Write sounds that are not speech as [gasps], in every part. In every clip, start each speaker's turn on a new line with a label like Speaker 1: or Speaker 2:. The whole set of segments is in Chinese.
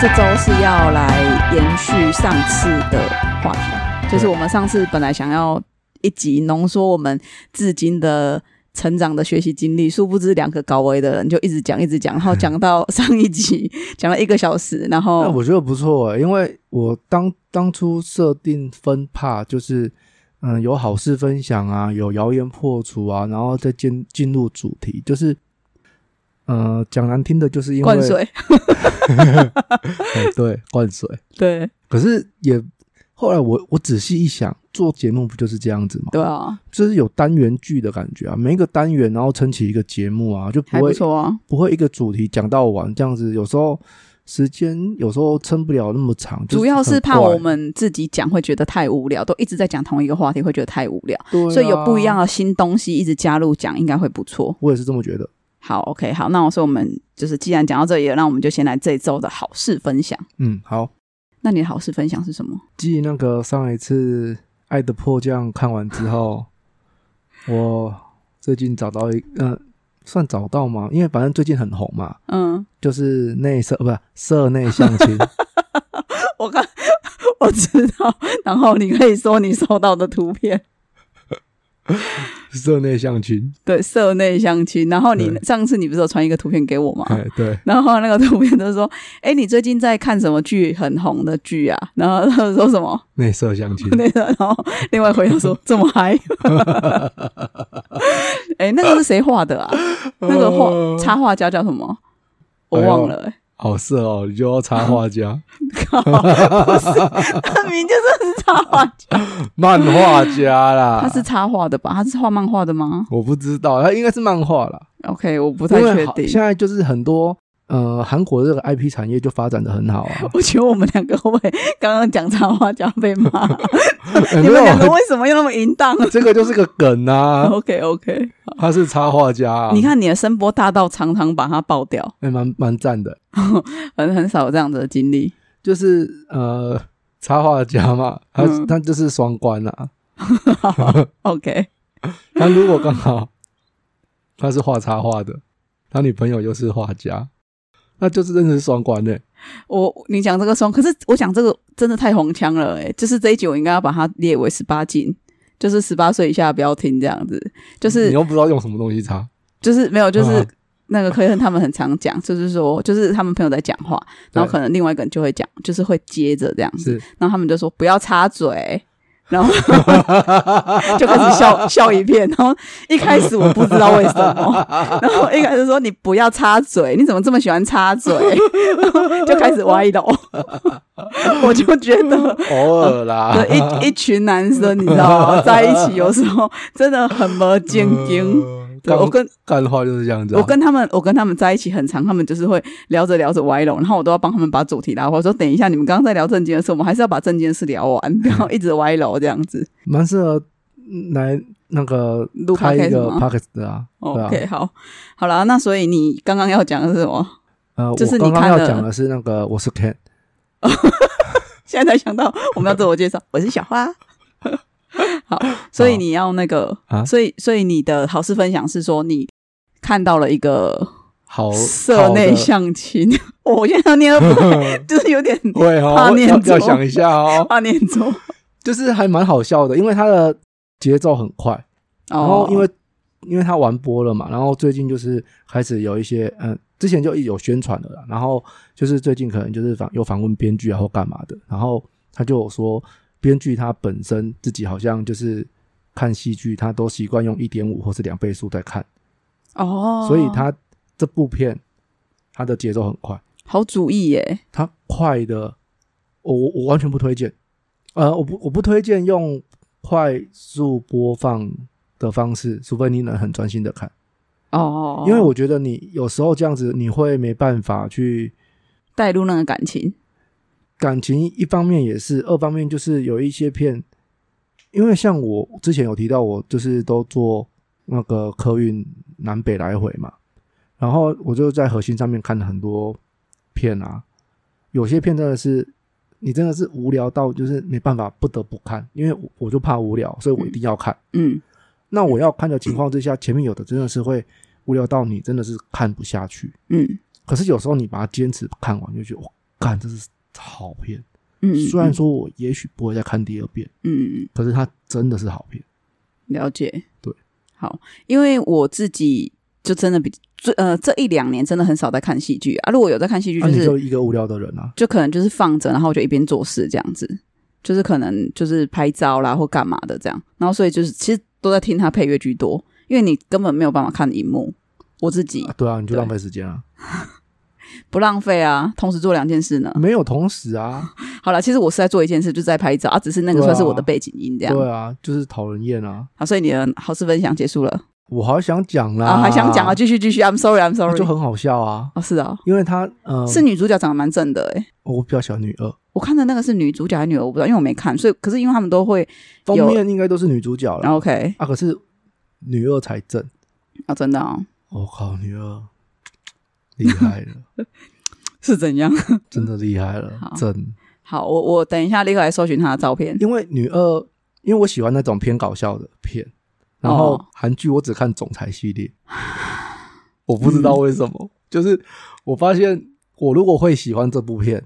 Speaker 1: 这周是要来延续上次的话题，就是我们上次本来想要一集浓缩我们至今的成长的学习经历，殊不知两个高危的人就一直讲一直讲，然后讲到上一集讲了一个小时，然
Speaker 2: 那
Speaker 1: 后
Speaker 2: 我觉得不错、欸，因为我当当初设定分帕就是，嗯，有好事分享啊，有谣言破除啊，然后再进进入主题，就是，呃，讲难听的，就是因为
Speaker 1: 灌，水，
Speaker 2: 哎对，灌水。
Speaker 1: 对
Speaker 2: 可是也后来我我仔细一想，做节目不就是这样子吗？
Speaker 1: 对啊，
Speaker 2: 就是有单元剧的感觉啊，每一个单元然后撑起一个节目啊，就
Speaker 1: 还
Speaker 2: 不
Speaker 1: 不
Speaker 2: 会
Speaker 1: 错啊，
Speaker 2: 不会一个主题讲到完这样子，有时候时间有时候撑不了那么长，就
Speaker 1: 主要
Speaker 2: 是
Speaker 1: 是
Speaker 2: 很
Speaker 1: 怕
Speaker 2: 怪
Speaker 1: 我们自己讲会觉得太无聊，都一直在讲同一个话题会觉得太无聊，
Speaker 2: 对啊
Speaker 1: 所以有不一样。的新东西一直加入讲应该会不错。
Speaker 2: 我也是这么觉得。
Speaker 1: 好，OK，好，那我说我们就是既然讲到这里了，那我们就先来这一周的好事分享。
Speaker 2: 嗯，好，
Speaker 1: 那你的好事分享是什么？
Speaker 2: 继那个上一次《爱的迫降》看完之后，我最近找到一嗯、算找到吗？因为反正最近很红嘛，
Speaker 1: 嗯，
Speaker 2: 就是内射不是社内相
Speaker 1: [laughs]
Speaker 2: 亲，
Speaker 1: 我看我知道，然后你可以说你收到的图片，
Speaker 2: 社内相亲，
Speaker 1: 对，社内相亲。然后你
Speaker 2: 对
Speaker 1: 上次你不是有传一个图片给我吗？
Speaker 2: 哎、对，
Speaker 1: 然后那个图片就说：“哎，你最近在看什么剧？很红的剧啊？”然后他们说什么？，
Speaker 2: 内射相亲
Speaker 1: 那个，然后另外回答说：“这么嗨。” [laughs] 哎，那个是谁画的啊？那个画插画家叫什么？
Speaker 2: 哎
Speaker 1: 我忘了、
Speaker 2: [laughs]
Speaker 1: 欸。
Speaker 2: 好色哦哦，你就要插画家、 [laughs]
Speaker 1: 靠，不是，他明明就是插画家，
Speaker 2: 漫画家啦，
Speaker 1: 他是插画的吧？他是画漫画的吗
Speaker 2: 我不知道，他应该是漫画啦。
Speaker 1: ？OK，我不
Speaker 2: 不
Speaker 1: 太确
Speaker 2: 现
Speaker 1: 定。。
Speaker 2: 在就是很多呃，韩国这个 IP 产业就发展的很好啊
Speaker 1: 我觉得我们两个会不会刚刚讲插画家被骂？
Speaker 2: 哎
Speaker 1: 你
Speaker 2: 没
Speaker 1: 们两个
Speaker 2: 有，
Speaker 1: 为什么要那么淫荡
Speaker 2: [laughs] 这个就是个梗啊，
Speaker 1: ？OK OK，
Speaker 2: 他是插画家、啊，
Speaker 1: 你，看你的声波大到常常把它爆掉，
Speaker 2: 哎、蛮蛮赞的，
Speaker 1: 很很少有这样子的经历。
Speaker 2: 就是呃，插画家嘛，他、
Speaker 1: 嗯
Speaker 2: 他就是双关啊，
Speaker 1: OK，
Speaker 2: 他如果刚好他是画插画的，他女朋友又是画家，那就是真的是双关嘞、
Speaker 1: 我你讲这个双，可是我讲这个真的太红腔了哎、就是这一集我应该要把它列为十八禁，就是十八岁以下不要听这样子，就是
Speaker 2: 你又不知道用什么东西插，
Speaker 1: 就是没有，就是
Speaker 2: 啊
Speaker 1: 那个科恩他们很常讲， [laughs] 就是说，就是他们朋友在讲话，然后可能另外一个人就会讲，就是会接着这样子，
Speaker 2: 是
Speaker 1: 然后他们就说不要插嘴，然后 [laughs] 就开始笑笑一片，然后一开始我不知道为什么，然后一开始说你不要插嘴，你怎么这么喜欢插嘴， [laughs] 就开始歪楼，我就觉得
Speaker 2: 偶尔啦，
Speaker 1: 哦对一一群男生你知道吗，在一起有时候真的很没精精。
Speaker 2: 嗯
Speaker 1: 对
Speaker 2: 干
Speaker 1: 我跟
Speaker 2: 干话就是这样子、啊，
Speaker 1: 我跟他们，我跟他们在一起很长，他们就是会聊着聊着歪楼，然后我都要帮他们把主题拉回来。我说等一下，你们刚刚在聊正经的事，我们还是要把正经的事聊完， [laughs] 不要一直歪楼这样子。
Speaker 2: 蛮适合嗯来那个
Speaker 1: 录
Speaker 2: 开一个
Speaker 1: podcast 吗
Speaker 2: podcast 的啊。对
Speaker 1: OK，
Speaker 2: 啊，
Speaker 1: 好，好啦，那所以你刚刚要讲的是什么？ [laughs]
Speaker 2: 呃，
Speaker 1: 就是
Speaker 2: 我
Speaker 1: 你
Speaker 2: 刚刚
Speaker 1: 看
Speaker 2: 要
Speaker 1: 了
Speaker 2: 讲的是那个我是 Ken，
Speaker 1: 现在才想到我们要自我介绍，我是小花。 [laughs] 好，所以你要那个，
Speaker 2: 啊
Speaker 1: 所以所以你的好事分享是说你看到了一个
Speaker 2: 好
Speaker 1: 社
Speaker 2: [laughs]
Speaker 1: 内，相亲， [laughs] 我现在要念 [laughs]
Speaker 2: 好
Speaker 1: 到，
Speaker 2: 的
Speaker 1: 就是有
Speaker 2: [laughs]
Speaker 1: 点
Speaker 2: 会哦，
Speaker 1: 怕
Speaker 2: 要
Speaker 1: 念错
Speaker 2: 要想一下哦，
Speaker 1: 怕念错。
Speaker 2: 就是还蛮好笑的，因为它的节奏很快，然
Speaker 1: 哦
Speaker 2: 后，因为因为它完播了嘛，然后最近就是开始有一些嗯。之前就有宣传了啦，然后就是最近可能就是访有访问编剧啊或干嘛的，然后他就有说编剧他本身自己好像就是看戏剧，他都习惯用一点五或是两倍速在看，
Speaker 1: 哦，
Speaker 2: 所以他这部片他的节奏很快，
Speaker 1: 好主意耶，
Speaker 2: 他快的，我我我完全不推荐。呃，我不我不推荐用快速播放的方式，除非你能很专心的看，
Speaker 1: 哦，
Speaker 2: 因为我觉得你有时候这样子，你会没办法去
Speaker 1: 带入那个感情，
Speaker 2: 感情。一方面也是，二方面就是有一些片，因为像我之前有提到，我就是都做那个客运南北来回嘛，然后我就在核心上面看了很多片啊，有些片真的是你真的是无聊到就是没办法不得不看，因为我我就怕无聊，所以我一定要看。
Speaker 1: 嗯，
Speaker 2: 那我要看的情况之下，前面有的真的是会无聊到你真的是看不下去，
Speaker 1: 嗯，
Speaker 2: 可是有时候你把它坚持看完，就觉得哇干，这是好片。
Speaker 1: 嗯，
Speaker 2: 虽然说我也许不会再看第二遍，
Speaker 1: 嗯，嗯嗯，
Speaker 2: 可是它真的是好片。
Speaker 1: 了解，
Speaker 2: 对，
Speaker 1: 好，因为我自己就真的比最呃这一两年真的很少在看戏剧啊，如果有在看戏剧，
Speaker 2: 那、
Speaker 1: 就
Speaker 2: 你
Speaker 1: 是、
Speaker 2: 就一个无聊的人啊，
Speaker 1: 就可能就是放着，然后我就一边做事这样子，就是可能就是拍照啦或干嘛的这样，然后所以就是其实都在听他配乐居多，因为你根本没有办法看荧幕。我自己
Speaker 2: 啊对啊，你就
Speaker 1: 对
Speaker 2: 浪费时间啊，
Speaker 1: 不浪费啊，同时做两件事呢。
Speaker 2: 没有同时啊，
Speaker 1: 好了，其实我是在做一件事，就是在拍照啊，只是那个
Speaker 2: 对啊
Speaker 1: 算是我的背景音这样。
Speaker 2: 对啊，就是讨人厌啊。
Speaker 1: 好，所以你的好事分享结束了
Speaker 2: 我好想讲啦，
Speaker 1: 啊，还想讲啊？，继续继续，I'm sorry，I'm
Speaker 2: 那
Speaker 1: sorry。
Speaker 2: 就很好笑啊，
Speaker 1: 哦，是啊，
Speaker 2: 因为他呃，
Speaker 1: 是女主角长得蛮正的诶、
Speaker 2: 我比较喜欢女二，
Speaker 1: 我看的那个是女主角还是女儿，我不知道，因为我没看，所以可是因为他们都会
Speaker 2: 封
Speaker 1: 有
Speaker 2: 面应该都是女主角了
Speaker 1: OK
Speaker 2: 啊，可是女二才正，
Speaker 1: 啊，真的哦，
Speaker 2: 我、靠，女二厉害
Speaker 1: [laughs]
Speaker 2: 了，
Speaker 1: 是怎样？ [laughs]
Speaker 2: 真的厉害了
Speaker 1: 好，
Speaker 2: 真，
Speaker 1: 好，我我等一下立刻来搜寻她的照片。
Speaker 2: 因为女二，因为我喜欢那种偏搞笑的片，然后
Speaker 1: 哦
Speaker 2: 韩剧我只看总裁系列，
Speaker 1: 哦
Speaker 2: 我不知道为什
Speaker 1: 嗯
Speaker 2: 么，就是我发现我如果会喜欢这部片，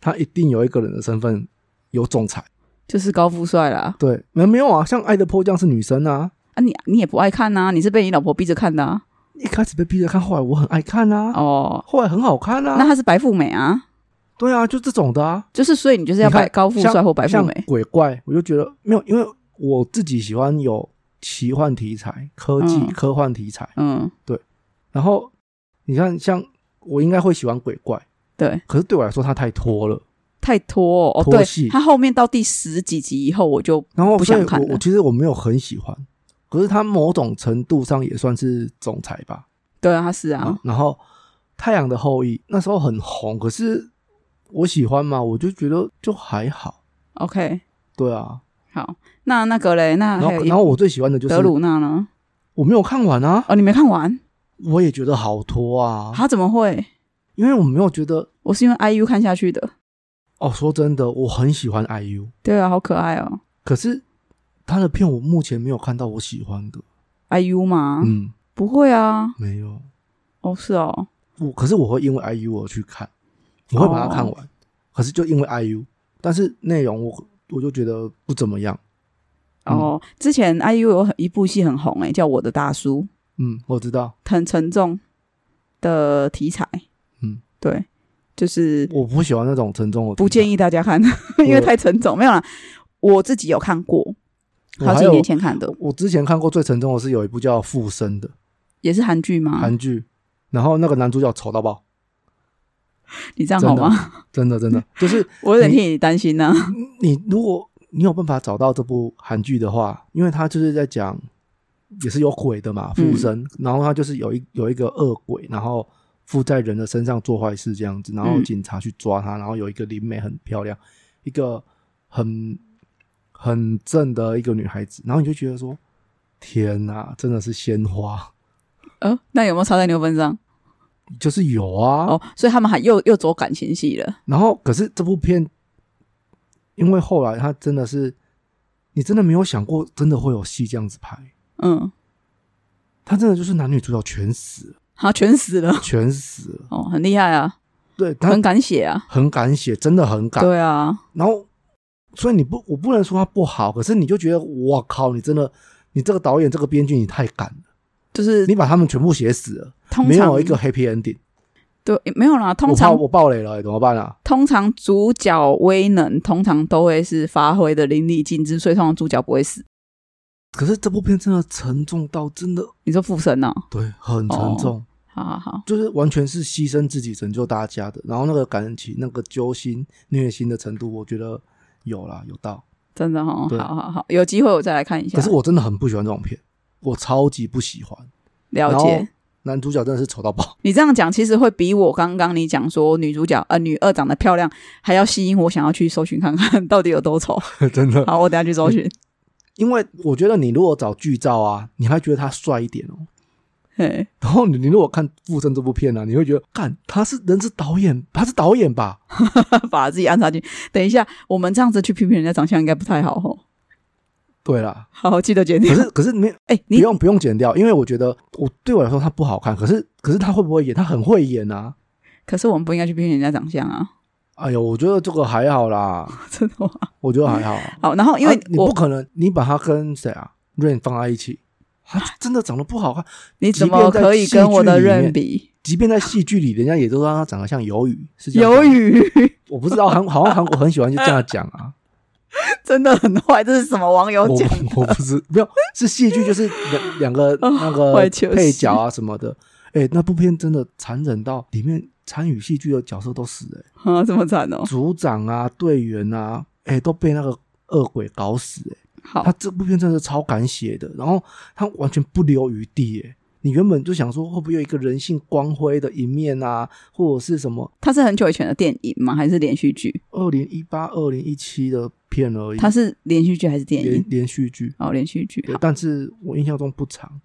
Speaker 2: 他一定有一个人的身份有总裁。
Speaker 1: 就是高富帅啦。
Speaker 2: 对，没没有啊，像《爱的迫降》是女生啊，
Speaker 1: 啊你，你也不爱看呐、啊你是被你老婆逼着看的、啊、
Speaker 2: 一开始被逼着看，后来我很爱看啊，
Speaker 1: 哦。
Speaker 2: 后来很好看
Speaker 1: 那
Speaker 2: 啊，
Speaker 1: 她是白富美啊，
Speaker 2: 对啊，就这种的啊，
Speaker 1: 就是所以你就是要
Speaker 2: 你看
Speaker 1: 白高富帅
Speaker 2: 像
Speaker 1: 或白富
Speaker 2: 像
Speaker 1: 美。
Speaker 2: 鬼怪，我就觉得没有，因为我自己喜欢有奇幻题材、科技、
Speaker 1: 嗯
Speaker 2: 科幻题材，
Speaker 1: 嗯，
Speaker 2: 然后你看，像我应该会喜欢鬼怪，
Speaker 1: 对，
Speaker 2: 可是对我来说它太拖了，
Speaker 1: 太拖哦。哦
Speaker 2: 拖
Speaker 1: 对
Speaker 2: 戏，
Speaker 1: 她后面到第十几集以后，我就
Speaker 2: 然后
Speaker 1: 哦不
Speaker 2: 所以
Speaker 1: 想看
Speaker 2: 我
Speaker 1: 了
Speaker 2: 我其实我没有很喜欢，可是它某种程度上也算是总裁吧，
Speaker 1: 对啊，她是啊，
Speaker 2: 啊，然后《太阳的后裔》那时候很红，可是我喜欢嘛，我就觉得就还好，
Speaker 1: OK，
Speaker 2: 对啊。
Speaker 1: 好，那那个嘞，那
Speaker 2: 然
Speaker 1: 还
Speaker 2: 后，
Speaker 1: 有
Speaker 2: 然后我最喜欢的就是
Speaker 1: 德鲁纳呢？
Speaker 2: 我没有看完啊，
Speaker 1: 哦，你没看完？
Speaker 2: 我也觉得好拖啊，
Speaker 1: 他怎么会？
Speaker 2: 因为我没有觉得
Speaker 1: 我是因为 IU 看下去的。
Speaker 2: 哦，说真的，我很喜欢 IU，
Speaker 1: 对啊，好可爱哦
Speaker 2: 可是他的片我目前没有看到我喜欢的，
Speaker 1: ，IU 嘛，
Speaker 2: 嗯，
Speaker 1: 不会啊，
Speaker 2: 没有，
Speaker 1: 哦是哦，
Speaker 2: 我可是我会因为 IU 而去看，我会把它看完，可是就因为 IU，但是内容我我就觉得不怎么样，嗯
Speaker 1: 哦，之前 IU 有很一部戏很红诶、叫《我的大叔》，
Speaker 2: 嗯，我知道，
Speaker 1: 很沉重的题材。
Speaker 2: 嗯，
Speaker 1: 对，就是
Speaker 2: 我不喜欢那种沉重的题材，
Speaker 1: 不建议大家看， [laughs] 因为太沉重。没有啦，我自己有看过，
Speaker 2: 我
Speaker 1: 好
Speaker 2: 还
Speaker 1: 几
Speaker 2: 有
Speaker 1: 年前看的，
Speaker 2: 我之前看过最沉重的是有一部叫《附身》的
Speaker 1: 也是韩剧吗？
Speaker 2: 韩剧，然后那个男主角丑到爆，
Speaker 1: 你这样
Speaker 2: 真
Speaker 1: 好
Speaker 2: 的
Speaker 1: 吗？
Speaker 2: 真的真的就是
Speaker 1: 我有点替你担心呢、啊
Speaker 2: 你如果你有办法找到这部韩剧的话，因为他就是在讲也是有鬼的嘛，
Speaker 1: 嗯
Speaker 2: 附身，然后他就是有一有一个恶鬼，然后附在人的身上做坏事这样子，然后
Speaker 1: 嗯
Speaker 2: 警察去抓他，然后有一个灵媒很漂亮，一个很很正的一个女孩子，然后你就觉得说。天呐，真的是鲜花，
Speaker 1: [laughs] 呃，那有没有差在牛粪上？
Speaker 2: 就是有啊，
Speaker 1: 哦，所以他们还又又走感情戏了。
Speaker 2: 然后，可是这部片，因为后来他真的是，你真的没有想过，真的会有戏这样子拍。
Speaker 1: 嗯，
Speaker 2: 他真的就是男女主角全死了，
Speaker 1: 他全死了。
Speaker 2: 全死了。
Speaker 1: 哦，很厉害啊，
Speaker 2: 对他
Speaker 1: 很敢写啊。
Speaker 2: 很敢写，真的很敢。
Speaker 1: 对啊，
Speaker 2: 然后，所以你不，我不能说他不好，可是你就觉得，我靠，你真的，你这个导演，这个编剧，你太敢了，
Speaker 1: 就是
Speaker 2: 你把他们全部写死了，
Speaker 1: 通
Speaker 2: 没
Speaker 1: 常
Speaker 2: 有一个 happy ending。
Speaker 1: 对没有啦，通
Speaker 2: 我怕
Speaker 1: 常
Speaker 2: 我爆雷了、欸怎么办啊？
Speaker 1: 通常主角威能通常都会是发挥的淋漓尽致，所以通常主角不会死。
Speaker 2: 可是这部片真的沉重到真的，哦
Speaker 1: 你说附身呢、
Speaker 2: 对，很沉重。
Speaker 1: 好好好，
Speaker 2: 就是完全是牺牲自己拯救大家的，然后那个感情、那个揪心、虐心的程度，我觉得有啦，有到。
Speaker 1: 真的哦，
Speaker 2: 对
Speaker 1: 好好好，有机会我再来看一下。
Speaker 2: 可是我真的很不喜欢这种片，我超级不喜欢。
Speaker 1: 了
Speaker 2: 然后
Speaker 1: 解
Speaker 2: 男主角真的是丑到爆， [laughs]
Speaker 1: 你这样讲，其实会比我刚刚你讲说女主角呃女二长得漂亮还要吸引我，想要去搜寻看看 [laughs] 到底有多丑。
Speaker 2: 真的。
Speaker 1: 好，我等一下去搜
Speaker 2: [laughs]
Speaker 1: 寻。
Speaker 2: 因为我觉得你如果找剧照啊，你还觉得他帅一点哦。
Speaker 1: 嘿，
Speaker 2: 然后你你如果看《附身》这部片呢、啊，你会觉得，看他是人是导演，他是导演吧？
Speaker 1: 把自己安插进去。等一下，我们这样子去批评人家长相应该不太好哦。
Speaker 2: 对啦，
Speaker 1: 好，记得决定。
Speaker 2: 可是可是没
Speaker 1: 哎、
Speaker 2: 不
Speaker 1: 你
Speaker 2: 用不用剪掉，因为我觉得我对我来说他不好看，可是可是他会不会演？他很会演啊。
Speaker 1: 可是我们不应该去批评人家长相啊。 [laughs]
Speaker 2: 哎呦，我觉得这个还好啦，
Speaker 1: 真的吗？
Speaker 2: 我觉得还好。
Speaker 1: 好，然后因为
Speaker 2: 啊你
Speaker 1: 我、
Speaker 2: 不可能，你把他跟谁啊，Rain 放在一起，他真的长得不好看。
Speaker 1: 你
Speaker 2: 即
Speaker 1: 怎
Speaker 2: 便
Speaker 1: 么
Speaker 2: 在
Speaker 1: 可以
Speaker 2: 戏
Speaker 1: 跟我
Speaker 2: 剧
Speaker 1: 的
Speaker 2: 里
Speaker 1: 认
Speaker 2: 面
Speaker 1: 比？
Speaker 2: 即便在戏剧里，人家也都让他长得像鱿鱼，是这样
Speaker 1: 鱿
Speaker 2: 吗，
Speaker 1: 鱼
Speaker 2: 我不知道韩好像韩国很喜欢就这样讲
Speaker 1: [laughs]
Speaker 2: 啊，
Speaker 1: 真的很坏，哦这是什么网友
Speaker 2: 我
Speaker 1: 讲？
Speaker 2: 我不知没有是戏剧，就是两两个那
Speaker 1: 哦坏
Speaker 2: 个
Speaker 1: 球
Speaker 2: 配
Speaker 1: 戏
Speaker 2: 角啊什么的。哎、那部片真的残忍到里面参与戏剧的角色都死了、
Speaker 1: [laughs] 啊，这么惨哦！
Speaker 2: 组长啊、队员啊，哎、都被那个恶鬼搞死、欸。
Speaker 1: 好
Speaker 2: 他，这部片真的是超敢写的，然后他完全不留余地、欸。你原本就想说会不会有一个人性光辉的一面啊，或者是什么
Speaker 1: 它是很久以前的电影吗？还是连续剧？
Speaker 2: 二零一八、二零一七的片而已，
Speaker 1: 它是连续剧还是电
Speaker 2: 连
Speaker 1: 影？
Speaker 2: 连续剧。
Speaker 1: 哦，连续剧。
Speaker 2: 对
Speaker 1: 好
Speaker 2: 但是我印象中不长，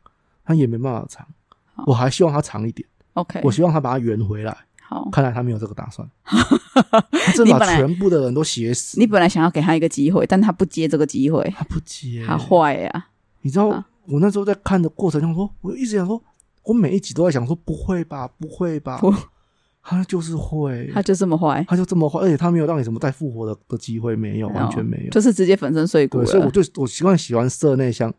Speaker 2: 他也没办法长
Speaker 1: 好。
Speaker 2: 我还希望他长一点，
Speaker 1: ，OK，
Speaker 2: 我希望他把它圆回来。
Speaker 1: 好。
Speaker 2: 看来他没有这个打
Speaker 1: [laughs]
Speaker 2: 算，他真的
Speaker 1: 你
Speaker 2: 把
Speaker 1: 本来
Speaker 2: 全部的人都写死。
Speaker 1: 你本来想要给他一个机会，但他不接这个机会，
Speaker 2: 他不接，
Speaker 1: 他坏呀、
Speaker 2: 你知道
Speaker 1: 啊
Speaker 2: 我那时候在看的过程中说，我一直想说，我每一集都在想说，不会吧，不会吧
Speaker 1: 不，
Speaker 2: 他就是会，
Speaker 1: 他就这么坏，
Speaker 2: 他就这么坏，而且他没有让你什么再复活的的机会，没有，完全没有。
Speaker 1: 哦就是直接粉身碎骨
Speaker 2: 对，所以我
Speaker 1: 了。
Speaker 2: 就我习惯喜欢社内相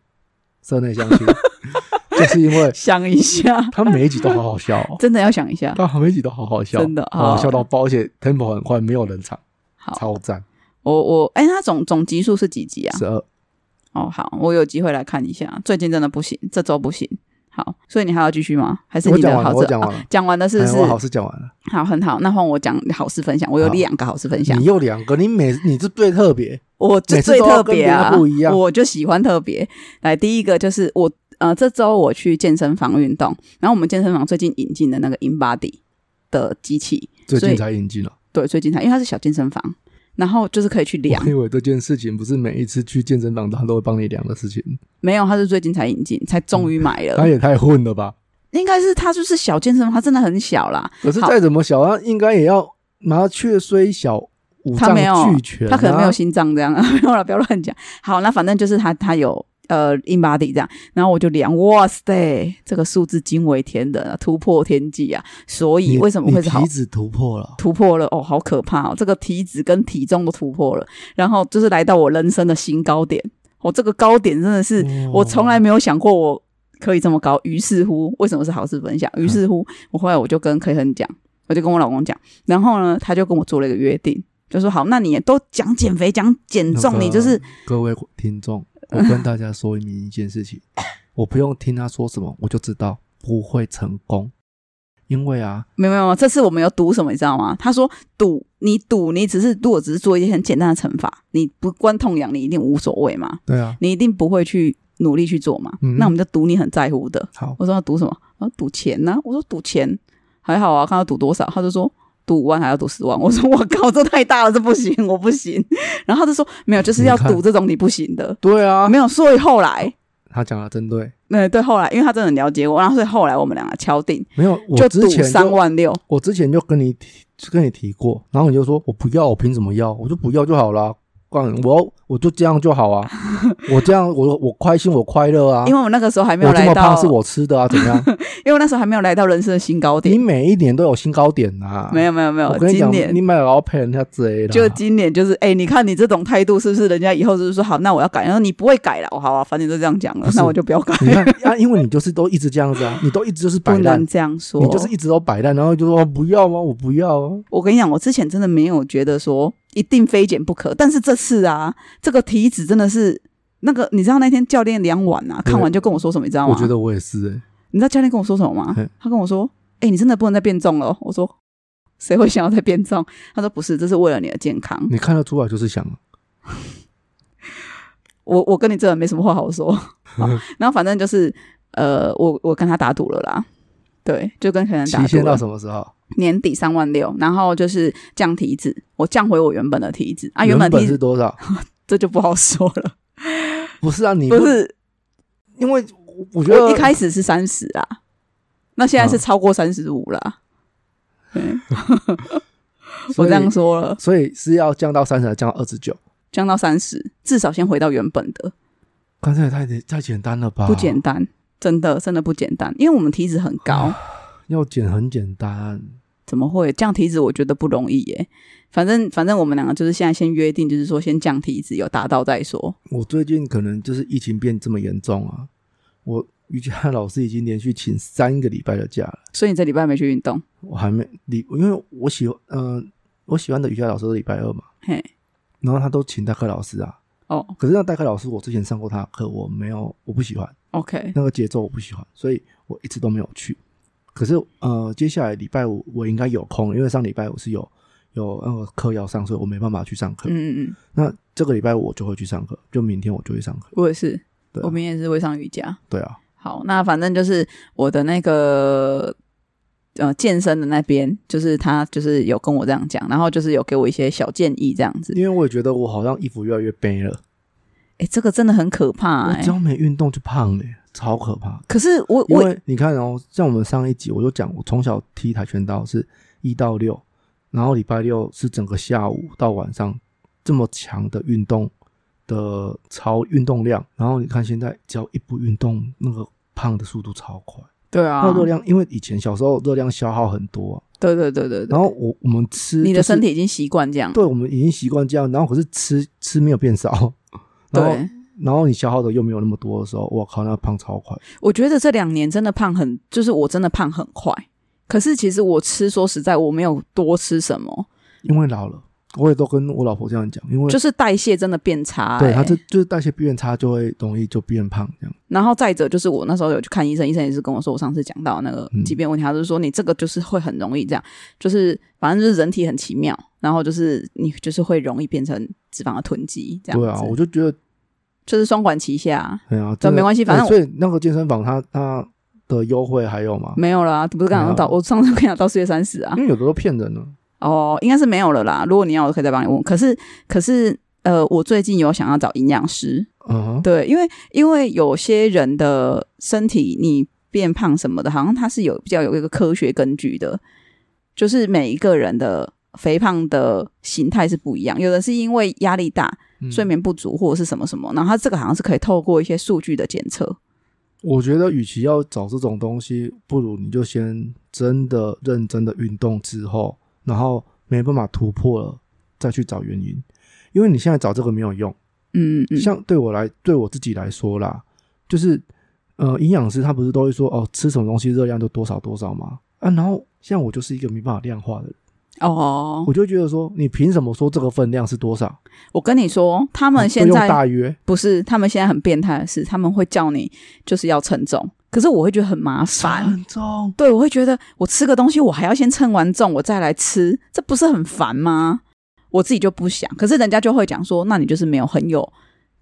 Speaker 2: 社内相亲， [laughs] 就是因为
Speaker 1: 想
Speaker 2: [laughs]
Speaker 1: 一下，
Speaker 2: 他每一集都好好笑、哦，
Speaker 1: 真的要想一下。
Speaker 2: 他每一集都好好笑，
Speaker 1: 真的
Speaker 2: 好好
Speaker 1: 好
Speaker 2: 笑到爆，而且 tempo 很快，没有人场，
Speaker 1: 好，
Speaker 2: 超赞，
Speaker 1: 我我哎，他总总集数是几集啊？
Speaker 2: 十二。
Speaker 1: 哦，好，我有机会来看一下。最近真的不行，这周不行。好，所以你还要继续吗？还是
Speaker 2: 我
Speaker 1: 你的
Speaker 2: 讲完了，
Speaker 1: 好
Speaker 2: 我
Speaker 1: 事
Speaker 2: 讲完
Speaker 1: 啊
Speaker 2: 了。
Speaker 1: 讲完了是不
Speaker 2: 哎
Speaker 1: 是？
Speaker 2: 我好事讲完了，
Speaker 1: 好，很好。那换我讲好事分享，我有
Speaker 2: 好
Speaker 1: 两个好事分享
Speaker 2: 你。又两个，你每你是最特别，
Speaker 1: 我就
Speaker 2: 每次
Speaker 1: 最
Speaker 2: 都要
Speaker 1: 特
Speaker 2: 跟
Speaker 1: 别
Speaker 2: 别人
Speaker 1: 啊，
Speaker 2: 不一样
Speaker 1: 我就喜欢特别。来，第一个就是我呃，这周我去健身房运动，然后我们健身房最近引进的那个 InBody 的机器，
Speaker 2: 最
Speaker 1: 所以
Speaker 2: 近才引进了。
Speaker 1: 对，最近才因为它是小健身房，然后就是可以去量
Speaker 2: 我，以为这件事情不是每一次去健身房他都会帮你量的事情，
Speaker 1: 没有，它是最近才引进，才终于买了。
Speaker 2: 他也太混了吧？
Speaker 1: 应该是它就是小健身房，它真的很小啦，
Speaker 2: 可是
Speaker 1: 好
Speaker 2: 再怎么小，他应该也要麻雀虽小，五
Speaker 1: 他
Speaker 2: 脏
Speaker 1: 没有
Speaker 2: 俱全、啊。
Speaker 1: 他可能没有心脏这样， [laughs] 没有了，不要乱讲。好，那反正就是他，他有呃 in body 这样，然后我就量，哇塞，这个数字惊为天人啊，突破天际啊！所以
Speaker 2: 你
Speaker 1: 为什么会
Speaker 2: 你
Speaker 1: 是好
Speaker 2: 体脂突破了？
Speaker 1: 突破了？哦，好可怕哦！这个体脂跟体重都突破了，然后就是来到我人生的新高点。我、这个高点真的是、
Speaker 2: 哦
Speaker 1: 我从来没有想过我可以这么高。于是乎，为什么是好事分享？于是乎，我后来我就跟 K 亨讲，我就跟我老公讲，然后呢，他就跟我做了一个约定，就说好，那你也都讲减肥，讲减重，
Speaker 2: 那个
Speaker 1: 你就是
Speaker 2: 各位听众，我跟大家说明一件事
Speaker 1: [laughs]
Speaker 2: 情，我不用听他说什么，我就知道不会成功，因为啊，
Speaker 1: 没有没有没有。这次我们有赌什么，你知道吗？他说赌你赌你只是如果只是做一些很简单的惩罚，你不关痛痒，你一定无所谓嘛，
Speaker 2: 对啊，
Speaker 1: 你一定不会去努力去做嘛。
Speaker 2: 嗯
Speaker 1: 那我们就赌你很在乎的。
Speaker 2: 好，
Speaker 1: 我说要赌什么？我说赌钱呢、我说赌钱还好啊，看他赌多少，他就说赌五万还要赌十万。我说我靠，这太大了，这不行，我不行。然后他就说没有，就是要
Speaker 2: 你看
Speaker 1: 赌这种你不行的。
Speaker 2: 对啊，
Speaker 1: 没有，所以后来，
Speaker 2: 他讲的真对，
Speaker 1: 嗯，对，后来因为他真的很了解我，然后所以后来我们两个敲定，
Speaker 2: 没有，我
Speaker 1: 就
Speaker 2: 之
Speaker 1: 赌
Speaker 2: 前
Speaker 1: 三
Speaker 2: 就
Speaker 1: 万六。
Speaker 2: 我之前就跟你提，就跟你提过，然后你就说我不要，我凭什么要？我就不要就好啦。干我要我就这样就好
Speaker 1: [laughs]
Speaker 2: 啊，我这样我我开心我快乐啊，
Speaker 1: 因为我那个时候还没有
Speaker 2: 我这
Speaker 1: 来
Speaker 2: 么
Speaker 1: 到
Speaker 2: 胖，是我吃的啊，怎么
Speaker 1: [laughs]
Speaker 2: 样？
Speaker 1: 因为我那时候还没有来到人生的新高
Speaker 2: 你
Speaker 1: 点。
Speaker 2: 每一年都有新高点啊，
Speaker 1: 没
Speaker 2: 有？
Speaker 1: 有没有没有
Speaker 2: 我，跟你
Speaker 1: 今
Speaker 2: 讲，
Speaker 1: 年
Speaker 2: 你买老赔人家贼了，
Speaker 1: 就今年就是，哎、你看你这种态度是不是？人家以后就是说好，那我要改，然后你不会改了，我好啊，反正都这样讲了
Speaker 2: 不，是
Speaker 1: 那我就不要改。
Speaker 2: 你看 [laughs] 啊，因为你就是都一直这样子啊，你都一直就是摆
Speaker 1: 不
Speaker 2: 烂
Speaker 1: 能，这样说，
Speaker 2: 你就是一直都摆烂，然后就说哦不要吗？我不要啊，
Speaker 1: 我跟你讲，我之前真的没有觉得说一定非减不可，但是这次啊，这个体脂真的是那个，你知道那天教练量完啊，
Speaker 2: 对
Speaker 1: 看完就跟我说什么，你知道吗？
Speaker 2: 我觉得我也是欸
Speaker 1: 你知道教练跟我说什么吗
Speaker 2: 嗯？
Speaker 1: 他跟我说：“哎、你真的不能再变重了哦。”我说：“谁会想要再变重？”他说：“不是，这是为了你的健康。
Speaker 2: 你看得出来就是想，
Speaker 1: 我我跟你这人没什么话
Speaker 2: [laughs]
Speaker 1: 好说。好然后反正就是呃，我我跟他打赌了啦，对，就跟可能
Speaker 2: 期
Speaker 1: 打赌
Speaker 2: 限到
Speaker 1: 了啊
Speaker 2: 什么时候？
Speaker 1: 年底三万六，然后就是降体脂，我降回我原本的体脂啊，原本
Speaker 2: 本
Speaker 1: 的体
Speaker 2: 是
Speaker 1: 脂
Speaker 2: 多少？
Speaker 1: 这就不好说了。
Speaker 2: 不是啊，你
Speaker 1: 不是，
Speaker 2: 因为我我觉
Speaker 1: 我一
Speaker 2: 得
Speaker 1: 开始是三十啊，那现在
Speaker 2: 啊
Speaker 1: 是超过三十五啦。嗯，我
Speaker 2: 所以
Speaker 1: 这样说了，
Speaker 2: 所以是要降到三十，降到二十九？
Speaker 1: 降到三十，至少先回到原本的，
Speaker 2: 刚才也太太简单了吧？
Speaker 1: 不简，单，真的真的不简单，因为我们体脂很
Speaker 2: 啊
Speaker 1: 高，
Speaker 2: 要减很简单。
Speaker 1: 怎么会降体脂？我觉得不容易耶。反正反正我们两个就是现在先约定，就是说先降体脂，有达到再说。
Speaker 2: 我最近可能就是疫情变这么严重啊，我瑜伽老师已经连续请三个礼拜的假了，
Speaker 1: 所以你这礼拜没去运动，
Speaker 2: 我还没礼，因为我喜欢，嗯、我喜欢的瑜伽老师是礼拜二嘛，
Speaker 1: 嘿，
Speaker 2: 然后他都请代课老师啊，
Speaker 1: 哦
Speaker 2: 可是那代课老师我之前上过他的课，我没有，我不喜欢
Speaker 1: ，OK，
Speaker 2: 那个节奏，我不喜欢，所以我一直都没有去。可是呃，接下来礼拜五我应该有空，因为上礼拜我是有有那个课要上，所以我没办法去上课。
Speaker 1: 嗯嗯嗯，
Speaker 2: 那这个礼拜我就会去上课，就明天我就会上课。
Speaker 1: 我也是，
Speaker 2: 对啊
Speaker 1: 我明天也是会上瑜伽。
Speaker 2: 对啊，
Speaker 1: 好，那反正就是我的那个呃健身的那边，就是他就是有跟我这样讲，然后就是有给我一些小建议这样子。
Speaker 2: 因为我也觉得我好像衣服越来越背了，
Speaker 1: 哎、这个真的很可怕
Speaker 2: 我
Speaker 1: 哎、
Speaker 2: 只要没运动就胖了耶，超可怕。
Speaker 1: 可是我
Speaker 2: 因
Speaker 1: 我
Speaker 2: 为你看哦，像我们上一集我就讲，我从小踢跆拳道是一到六，然后礼拜六是整个下午到晚上这么强的运动的超运动量，然后你看现在只要一不运动，那个胖的速度超快，
Speaker 1: 对
Speaker 2: 那
Speaker 1: 啊
Speaker 2: 个，热量因为以前小时候热量消耗很多、啊，
Speaker 1: 对对对对对
Speaker 2: 然，后我我们吃、
Speaker 1: 你的身
Speaker 2: 体
Speaker 1: 体已经习惯这样，
Speaker 2: 对我们已经习惯这样，然后可是吃吃没有变少， [laughs] 然后
Speaker 1: 对，
Speaker 2: 然后你消耗的又没有那么多的时候，我靠，那胖超快。
Speaker 1: 我觉得这两年真的胖很，就是我真的胖很快。可是其实我吃，说实在，我没有多吃什么，
Speaker 2: 因为老了，我也都跟我老婆这样讲，因为
Speaker 1: 就是代谢真的变差、
Speaker 2: 对
Speaker 1: 欸
Speaker 2: 他这就是代谢变差，就会容易就变胖这样。
Speaker 1: 然后再者就是我那时候有去看医生，医生也是跟我说，我上次讲到那个
Speaker 2: 嗯
Speaker 1: 疾病问题，他就说你这个就是会很容易这样，就是反正就是人体很奇妙，然后就是你就是会容易变成脂肪的囤积这样子，
Speaker 2: 对啊，我就觉得
Speaker 1: 就是双管齐下。
Speaker 2: 哎呀，
Speaker 1: 这
Speaker 2: 真的
Speaker 1: 没关系
Speaker 2: 哎
Speaker 1: 反正我
Speaker 2: 所以那个健身房它它的优惠还有吗？
Speaker 1: 没有啦，不是刚刚到、
Speaker 2: 没有
Speaker 1: 我上次跟你讲到四月三十啊
Speaker 2: 因，为有的都骗人了。
Speaker 1: 哦，应该是没有了啦。如果你要，我可以再帮你问。可是可是呃，我最近有想要找营养师，
Speaker 2: 嗯哼，
Speaker 1: 对，因为因为有些人的身体你变胖什么的，好像它是有比较有一个科学根据的，就是每一个人的肥胖的形态是不一样，有的是因为压力大、
Speaker 2: 嗯
Speaker 1: 睡眠不足或者是什么什么，然后它这个好像是可以透过一些数据的检测。
Speaker 2: 我觉得与其要找这种东西，不如你就先真的认真的运动之后，然后没办法突破了，再去找原因。因为你现在找这个没有用，
Speaker 1: 嗯嗯，
Speaker 2: 像对我来，对我自己来说啦，就是呃，营养师他不是都会说哦，吃什么东西热量就多少多少吗？啊，然后像我就是一个没办法量化的人，
Speaker 1: 哦，
Speaker 2: 我就会觉得说，你凭什么说这个分量是多少？
Speaker 1: 我跟你说，他们
Speaker 2: 都
Speaker 1: 现
Speaker 2: 啊用
Speaker 1: 在
Speaker 2: 大约，
Speaker 1: 不是，他们现在很变态的是，他们会叫你就是要称重，可是我会觉得很麻烦。
Speaker 2: 很重。
Speaker 1: 对，我会觉得我吃个东西，我还要先称完重，我再来吃，这不是很烦吗？我自己就不想，可是人家就会讲说，那你就是没有很有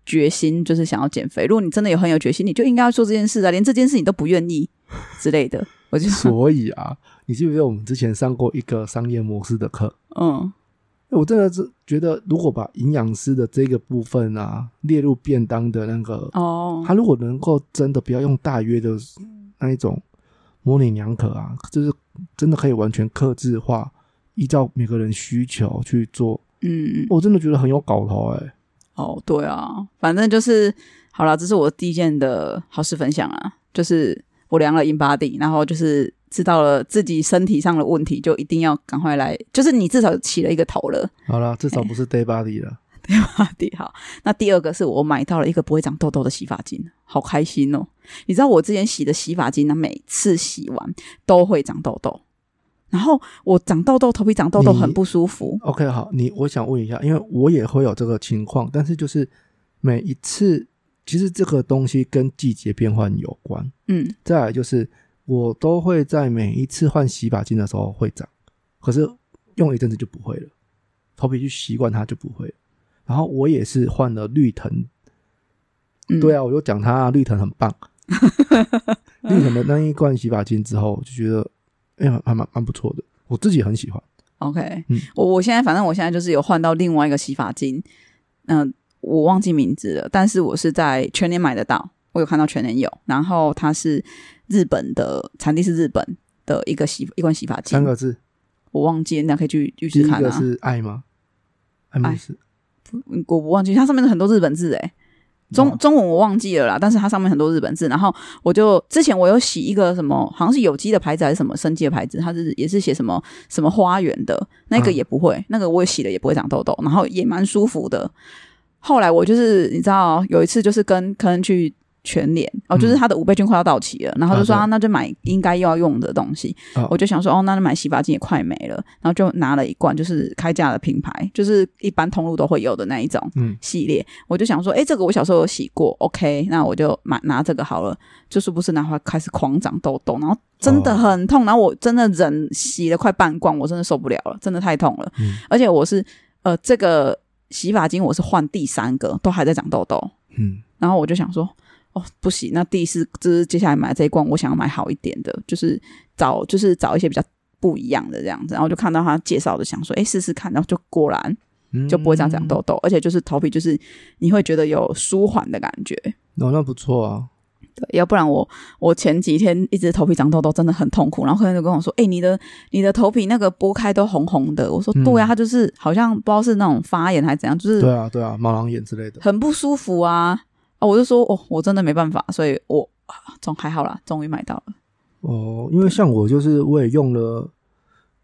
Speaker 1: 决心，就是想要减肥。如果你真的有很有决心，你就应该要做这件事啊，连这件事你都不愿意之类的。我就
Speaker 2: 所以啊，你记不记得我们之前上过一个商业模式的课？
Speaker 1: 嗯，
Speaker 2: 我真的是觉得，如果把营养师的这个部分啊列入便当的那个，
Speaker 1: 哦，
Speaker 2: 他如果能够真的不要用大约的那一种模棱两可啊，就是真的可以完全克制化，依照每个人需求去做，
Speaker 1: 嗯，
Speaker 2: 我真的觉得很有搞头哎、
Speaker 1: 哦，对啊，反正就是好啦，这是我第一件的好事分享啊，就是我量了 in body，然后就是知道了自己身体上的问题，就一定要赶快来，就是你至少起了一个头了。
Speaker 2: 好啦，至少不是 day body 了。
Speaker 1: 第好，那第二个是我买到了一个不会长痘痘的洗发精，好开心哦！你知道我之前洗的洗发精呢，每次洗完都会长痘痘，然后我长痘痘，头皮长痘痘
Speaker 2: 你
Speaker 1: 很不舒服。
Speaker 2: OK，好，你我想问一下，因为我也会有这个情况，但是就是每一次，其实这个东西跟季节变换有关。
Speaker 1: 嗯，
Speaker 2: 再来就是，我都会在每一次换洗发精的时候会长，可是用一阵子就不会了，头皮去习惯它就不会了。然后我也是换了绿藤，
Speaker 1: 嗯
Speaker 2: 对啊，我就讲它、绿藤很棒，绿藤的那一罐洗发精之后，我就觉得哎呀，还蛮蛮不错的，我自己很喜欢。
Speaker 1: OK，、
Speaker 2: 嗯
Speaker 1: 我我现在反正我现在就是有换到另外一个洗发精，嗯、我忘记名字了，但是我是在全年买得到，我有看到全年有，然后它是日本的产地是日本的一个洗一罐洗发
Speaker 2: 三
Speaker 1: 精，
Speaker 2: 个字，
Speaker 1: 我忘记，那可以去浴
Speaker 2: 第
Speaker 1: 室
Speaker 2: 一
Speaker 1: 看
Speaker 2: 个
Speaker 1: 啊，
Speaker 2: 是爱吗？爱慕斯。
Speaker 1: 嗯我不忘记，它上面有很多日本字哎，
Speaker 2: 哦
Speaker 1: 中中文我忘记了啦，但是它上面很多日本字。然后我就之前我有洗一个什么，好像是有机的牌子还是什么生机的牌子，它是也是写什么什么花园的，那
Speaker 2: 嗯
Speaker 1: 个也不会，那个我也洗了也不会长痘痘，然后也蛮舒服的。后来我就是你知道，有一次就是跟客人去全脸哦，就是他的五倍券快要到期了，然后就说、
Speaker 2: 嗯啊对
Speaker 1: 啊、那就买应该要用的东西，
Speaker 2: 哦
Speaker 1: 我就想说哦，那就买洗发精也快没了，然后就拿了一罐，就是开价的品牌，就是一般通路都会有的那一种
Speaker 2: 嗯
Speaker 1: 系列，我就想说，哎，这个我小时候有洗过，OK，那我就买拿这个好了，就是不是拿回来开始狂长痘痘，然后真的很痛，然后我真的忍洗了快半罐，我真的受不了了，真的太痛了，
Speaker 2: 嗯
Speaker 1: 而且我是呃这个洗发精我是换第三个，都还在长痘痘，
Speaker 2: 嗯
Speaker 1: 然后我就想说，哦，不行，那第四就是接下来买这一罐，我想要买好一点的，就是找就是找一些比较不一样的这样子。然后就看到他介绍的，想说，哎，试试看，然后就果然
Speaker 2: 嗯，
Speaker 1: 就不会这样长痘痘，而且就是头皮就是你会觉得有舒缓的感觉。
Speaker 2: 哦，那不错啊，
Speaker 1: 对，要不然我我前几天一直头皮长痘痘，真的很痛苦。然后客人就跟我说：“哎、你的你的头皮那个拨开都红红的。”我说：“
Speaker 2: 嗯
Speaker 1: 对啊，它就是好像不知道是那种发炎还是怎样，就是
Speaker 2: 对啊对啊，毛囊炎之类的，
Speaker 1: 很不舒服啊。啊，我就说哦，我真的没办法，所以我啊总还好啦，终于买到了。
Speaker 2: 哦，因为像我就是我也用了，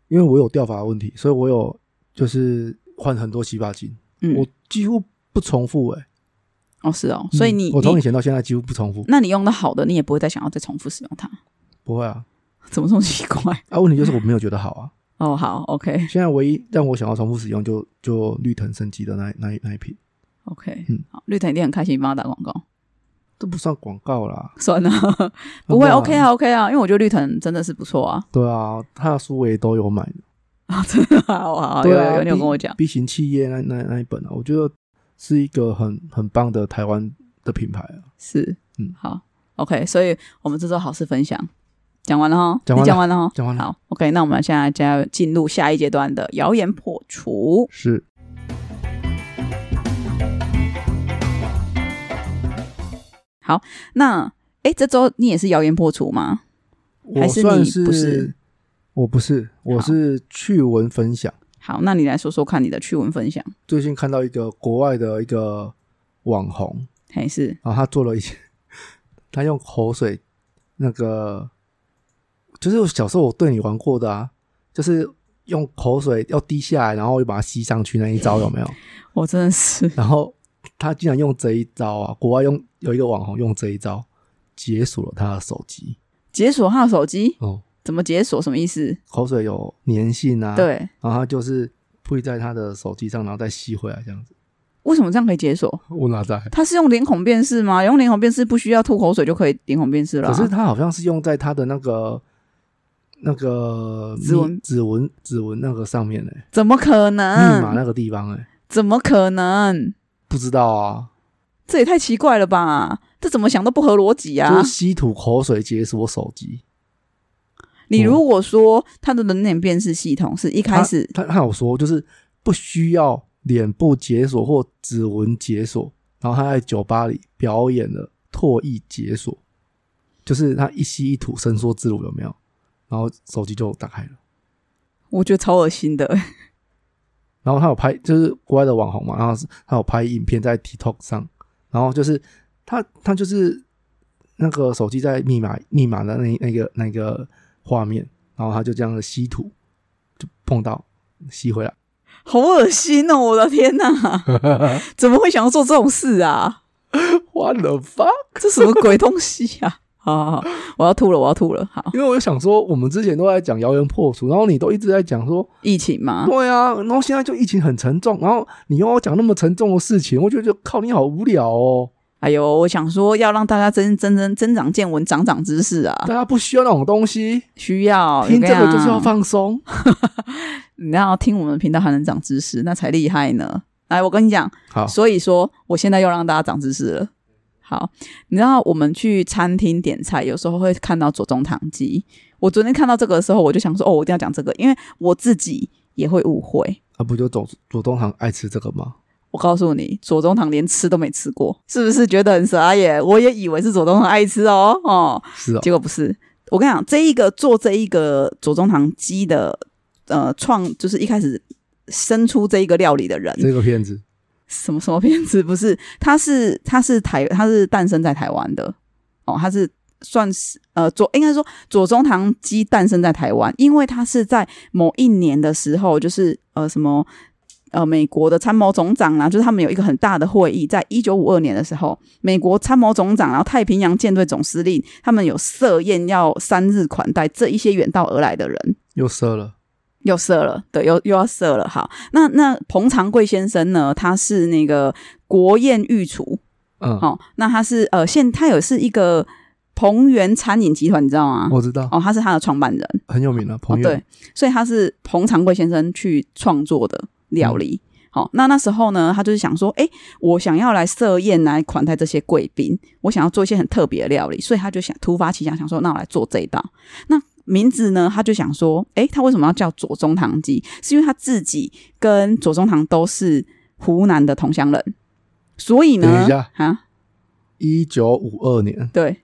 Speaker 2: 因为我有掉发的问题，所以我有就是换很多洗发精，
Speaker 1: 嗯
Speaker 2: 我，几乎不重复哎、欸
Speaker 1: 哦是哦，所以你、
Speaker 2: 嗯我从以
Speaker 1: 你
Speaker 2: 前到现在几乎不重复，
Speaker 1: 那你用的好的，你也不会再想要再重复使用它，
Speaker 2: 不会啊。
Speaker 1: 怎么这么奇怪？ [laughs]
Speaker 2: 啊，问题就是我没有觉得好啊。
Speaker 1: 哦好，OK
Speaker 2: 现在唯一让我想要重复使用就就绿藤生机的那那一那一瓶，
Speaker 1: OK，、
Speaker 2: 嗯
Speaker 1: 好，绿藤一定很开心帮他打广告， [laughs]
Speaker 2: 这不算广告啦。
Speaker 1: 算了，
Speaker 2: 啊
Speaker 1: 不会
Speaker 2: 那
Speaker 1: OK 啊 OK 啊，因为我觉得绿藤真的是不错啊， [laughs]
Speaker 2: 对啊，他的书我也都有买。
Speaker 1: 啊真的好好好，有
Speaker 2: 对啊
Speaker 1: 有有你有
Speaker 2: B-
Speaker 1: 跟我讲，
Speaker 2: B 型企业那那那一本啊，我觉得是一个很很棒的台湾的品牌啊。
Speaker 1: 是，
Speaker 2: 嗯
Speaker 1: 好 OK，所以我们这周好事分享讲完了哈，
Speaker 2: 讲完了
Speaker 1: 你讲完了哈，
Speaker 2: 讲完了，
Speaker 1: 好，OK，那我们现在就要进入下一阶段的谣言破除。
Speaker 2: 是
Speaker 1: 那，哎，这周你也是谣言破除吗？还
Speaker 2: 我
Speaker 1: 是
Speaker 2: 算
Speaker 1: 你不是
Speaker 2: 我不是，我是趣闻分享。
Speaker 1: 好，那你来说说看你的趣闻分享。
Speaker 2: 最近看到一个国外的一个网红，
Speaker 1: 还是
Speaker 2: 然后他做了一些，他用口水那个，就是小时候我对你玩过的啊，就是用口水要滴下来，然后又把它吸上去那一招有没 [laughs] 有？
Speaker 1: 我真的是
Speaker 2: 然后他竟然用这一招啊！国外用有一个网红用这一招解锁了他的手机
Speaker 1: 解锁他的手机，
Speaker 2: 哦，
Speaker 1: 怎么解锁？什么意思？
Speaker 2: 口水有粘性啊，，
Speaker 1: 对，
Speaker 2: 然后他就是铺在他的手机上，然后再吸回来这样子。
Speaker 1: 为什么这样可以解锁？
Speaker 2: 我哪在？
Speaker 1: 他是用脸孔辨识吗？用脸孔辨识不需要吐口水就可以脸孔辨识了啊、
Speaker 2: 可是他好像是用在他的那个那个
Speaker 1: 指纹啊
Speaker 2: 密指纹指纹那个上面呢、
Speaker 1: 怎么可
Speaker 2: 密码
Speaker 1: 能？
Speaker 2: 那个地方哎、
Speaker 1: 怎么可能？
Speaker 2: 不知道啊，
Speaker 1: 这也太奇怪了吧！这怎么想都不合逻辑啊！
Speaker 2: 就是吸吐口水解锁手机。
Speaker 1: 你如果说他的人脸辨识系统是一开始
Speaker 2: 他他有说，就是不需要脸部解锁或指纹解锁。然后他在酒吧里表演了唾液解锁，就是他一吸一吐伸缩自如，有没有？然后手机就打开了。
Speaker 1: 我觉得超恶心的，
Speaker 2: 然后他有拍，就是国外的网红嘛，然后是他有拍影片在 TikTok 上，然后就是他他就是那个手机在密码密码的那那个那个画面，然后他就这样的吸吐，就碰到吸回来。
Speaker 1: 好恶心哦！我的
Speaker 2: [laughs]
Speaker 1: 天哪，怎么会想要做这种事啊？
Speaker 2: What the fuck？
Speaker 1: 这什么鬼东西啊？好好好，我要吐了，我要吐了。好，
Speaker 2: 因为我就想说，我们之前都在讲谣言破除，然后你都一直在讲说，
Speaker 1: 疫情嘛，
Speaker 2: 对啊，然后现在就疫情很沉重，然后你又要讲那么沉重的事情，我觉得靠你好无聊哦，
Speaker 1: 哎呦，我想说要让大家增增增增长见闻，长长知识啊
Speaker 2: 大，家不需要那种东西，
Speaker 1: 需要
Speaker 2: 听这
Speaker 1: 我跟
Speaker 2: 个
Speaker 1: 你
Speaker 2: 就是要
Speaker 1: 讲
Speaker 2: 放松。
Speaker 1: 你要听我们的频道还能长知识，那才厉害呢。来，我跟你讲，
Speaker 2: 好，
Speaker 1: 所以说我现在又让大家长知识了。好，你知道我们去餐厅点菜，有时候会看到左宗棠鸡。我昨天看到这个的时候，我就想说，哦，我一定要讲这个，因为我自己也会误会。
Speaker 2: 啊，不就左左东堂爱吃这个吗？
Speaker 1: 我告诉你，左宗棠连吃都没吃过，是不是觉得很傻眼？我也以为是左宗棠爱吃哦，哦，
Speaker 2: 是哦，
Speaker 1: 结果不是。我跟你讲，这一个做这一个左宗棠鸡的呃创，就是一开始生出这一个料理的人，
Speaker 2: 这个骗子
Speaker 1: 什么什么片子？不 [laughs] 是，他是他是台他是诞生在台湾的哦，他是算是呃左应该说左宗棠鸡诞生在台湾，因为他是在某一年的时候，就是呃什么呃美国的参谋总长啊啦、就是他们有一个很大的会议，在一九五二年的时候，美国参谋总长然后太平洋舰队总司令他们有设宴要三日款待这一些远道而来的人。
Speaker 2: 又射了，
Speaker 1: 又射了，对，又又要射了。好，那那彭长贵先生呢？他是那个国宴御厨，
Speaker 2: 嗯，
Speaker 1: 哦，那他是呃，现他有是一个彭源餐饮集团，你知道吗？
Speaker 2: 我知道，
Speaker 1: 哦，他是他的创办人，
Speaker 2: 很有名了，啊
Speaker 1: 哦
Speaker 2: 朋，友
Speaker 1: 对，，所以他是彭长贵先生去创作的料理。
Speaker 2: 嗯
Speaker 1: 好，那那时候呢，他就是想说，哎、我想要来设宴来款待这些贵宾，我想要做一些很特别的料理，所以他就想突发奇想，想说，那我来做这一道。那名字呢，他就想说，哎、他为什么要叫左宗棠鸡？是因为他自己跟左宗棠都是湖南的同乡人，所以
Speaker 2: 等
Speaker 1: 呢
Speaker 2: 一下，
Speaker 1: 啊，
Speaker 2: 一九五二年，
Speaker 1: 对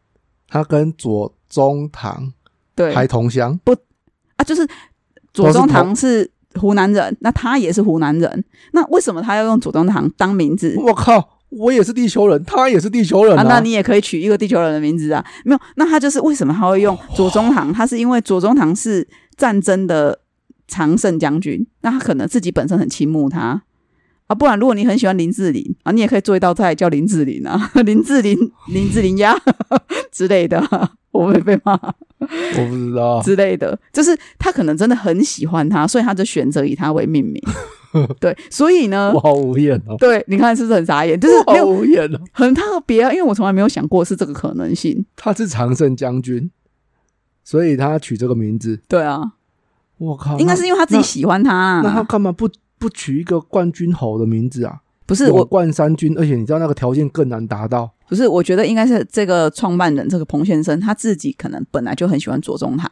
Speaker 2: 他跟左宗棠
Speaker 1: 对，
Speaker 2: 还同乡，
Speaker 1: 啊，就是
Speaker 2: 都
Speaker 1: 左
Speaker 2: 是
Speaker 1: 宗
Speaker 2: 同
Speaker 1: 棠是湖南人，那他也是湖南人，那为什么他要用左宗棠当名字？
Speaker 2: 我靠，我也是地球人，他也是地球人
Speaker 1: 啊，那你也可以取一个地球人的名字啊。没有，那他就是为什么他会用左宗棠？他是因为左宗棠是战争的常胜将军，那他可能自己本身很倾慕他啊。不然，如果你很喜欢林志玲啊，你也可以做一道菜叫林志玲啊， [laughs] 林志玲、林志玲鸭 [laughs] 之类的啊、我会被骂。
Speaker 2: 我不知道，
Speaker 1: 之类的，就是他可能真的很喜欢他，所以他就选择以他为命名。对，所以呢
Speaker 2: 我，好无言
Speaker 1: [laughs]
Speaker 2: 哦，
Speaker 1: 对，你看是不是很傻眼？就是
Speaker 2: 我
Speaker 1: 没
Speaker 2: 好
Speaker 1: 有
Speaker 2: 无言哦，
Speaker 1: 很特别啊，因为我从来没有想过是这个可能性。
Speaker 2: 他是常胜将军，所以他取这个名字，
Speaker 1: 对啊，
Speaker 2: 我靠，
Speaker 1: 应该是因为他自己
Speaker 2: 那
Speaker 1: 喜欢他、
Speaker 2: 那他
Speaker 1: 啊，
Speaker 2: 干嘛不不取一个冠军侯的名字啊？
Speaker 1: 不是
Speaker 2: 勇
Speaker 1: 我，
Speaker 2: 冠三军，而且你知道那个条件更难达到，
Speaker 1: 不是我觉得应该是这个创办人这个彭先生他自己可能本来就很喜欢左宗棠。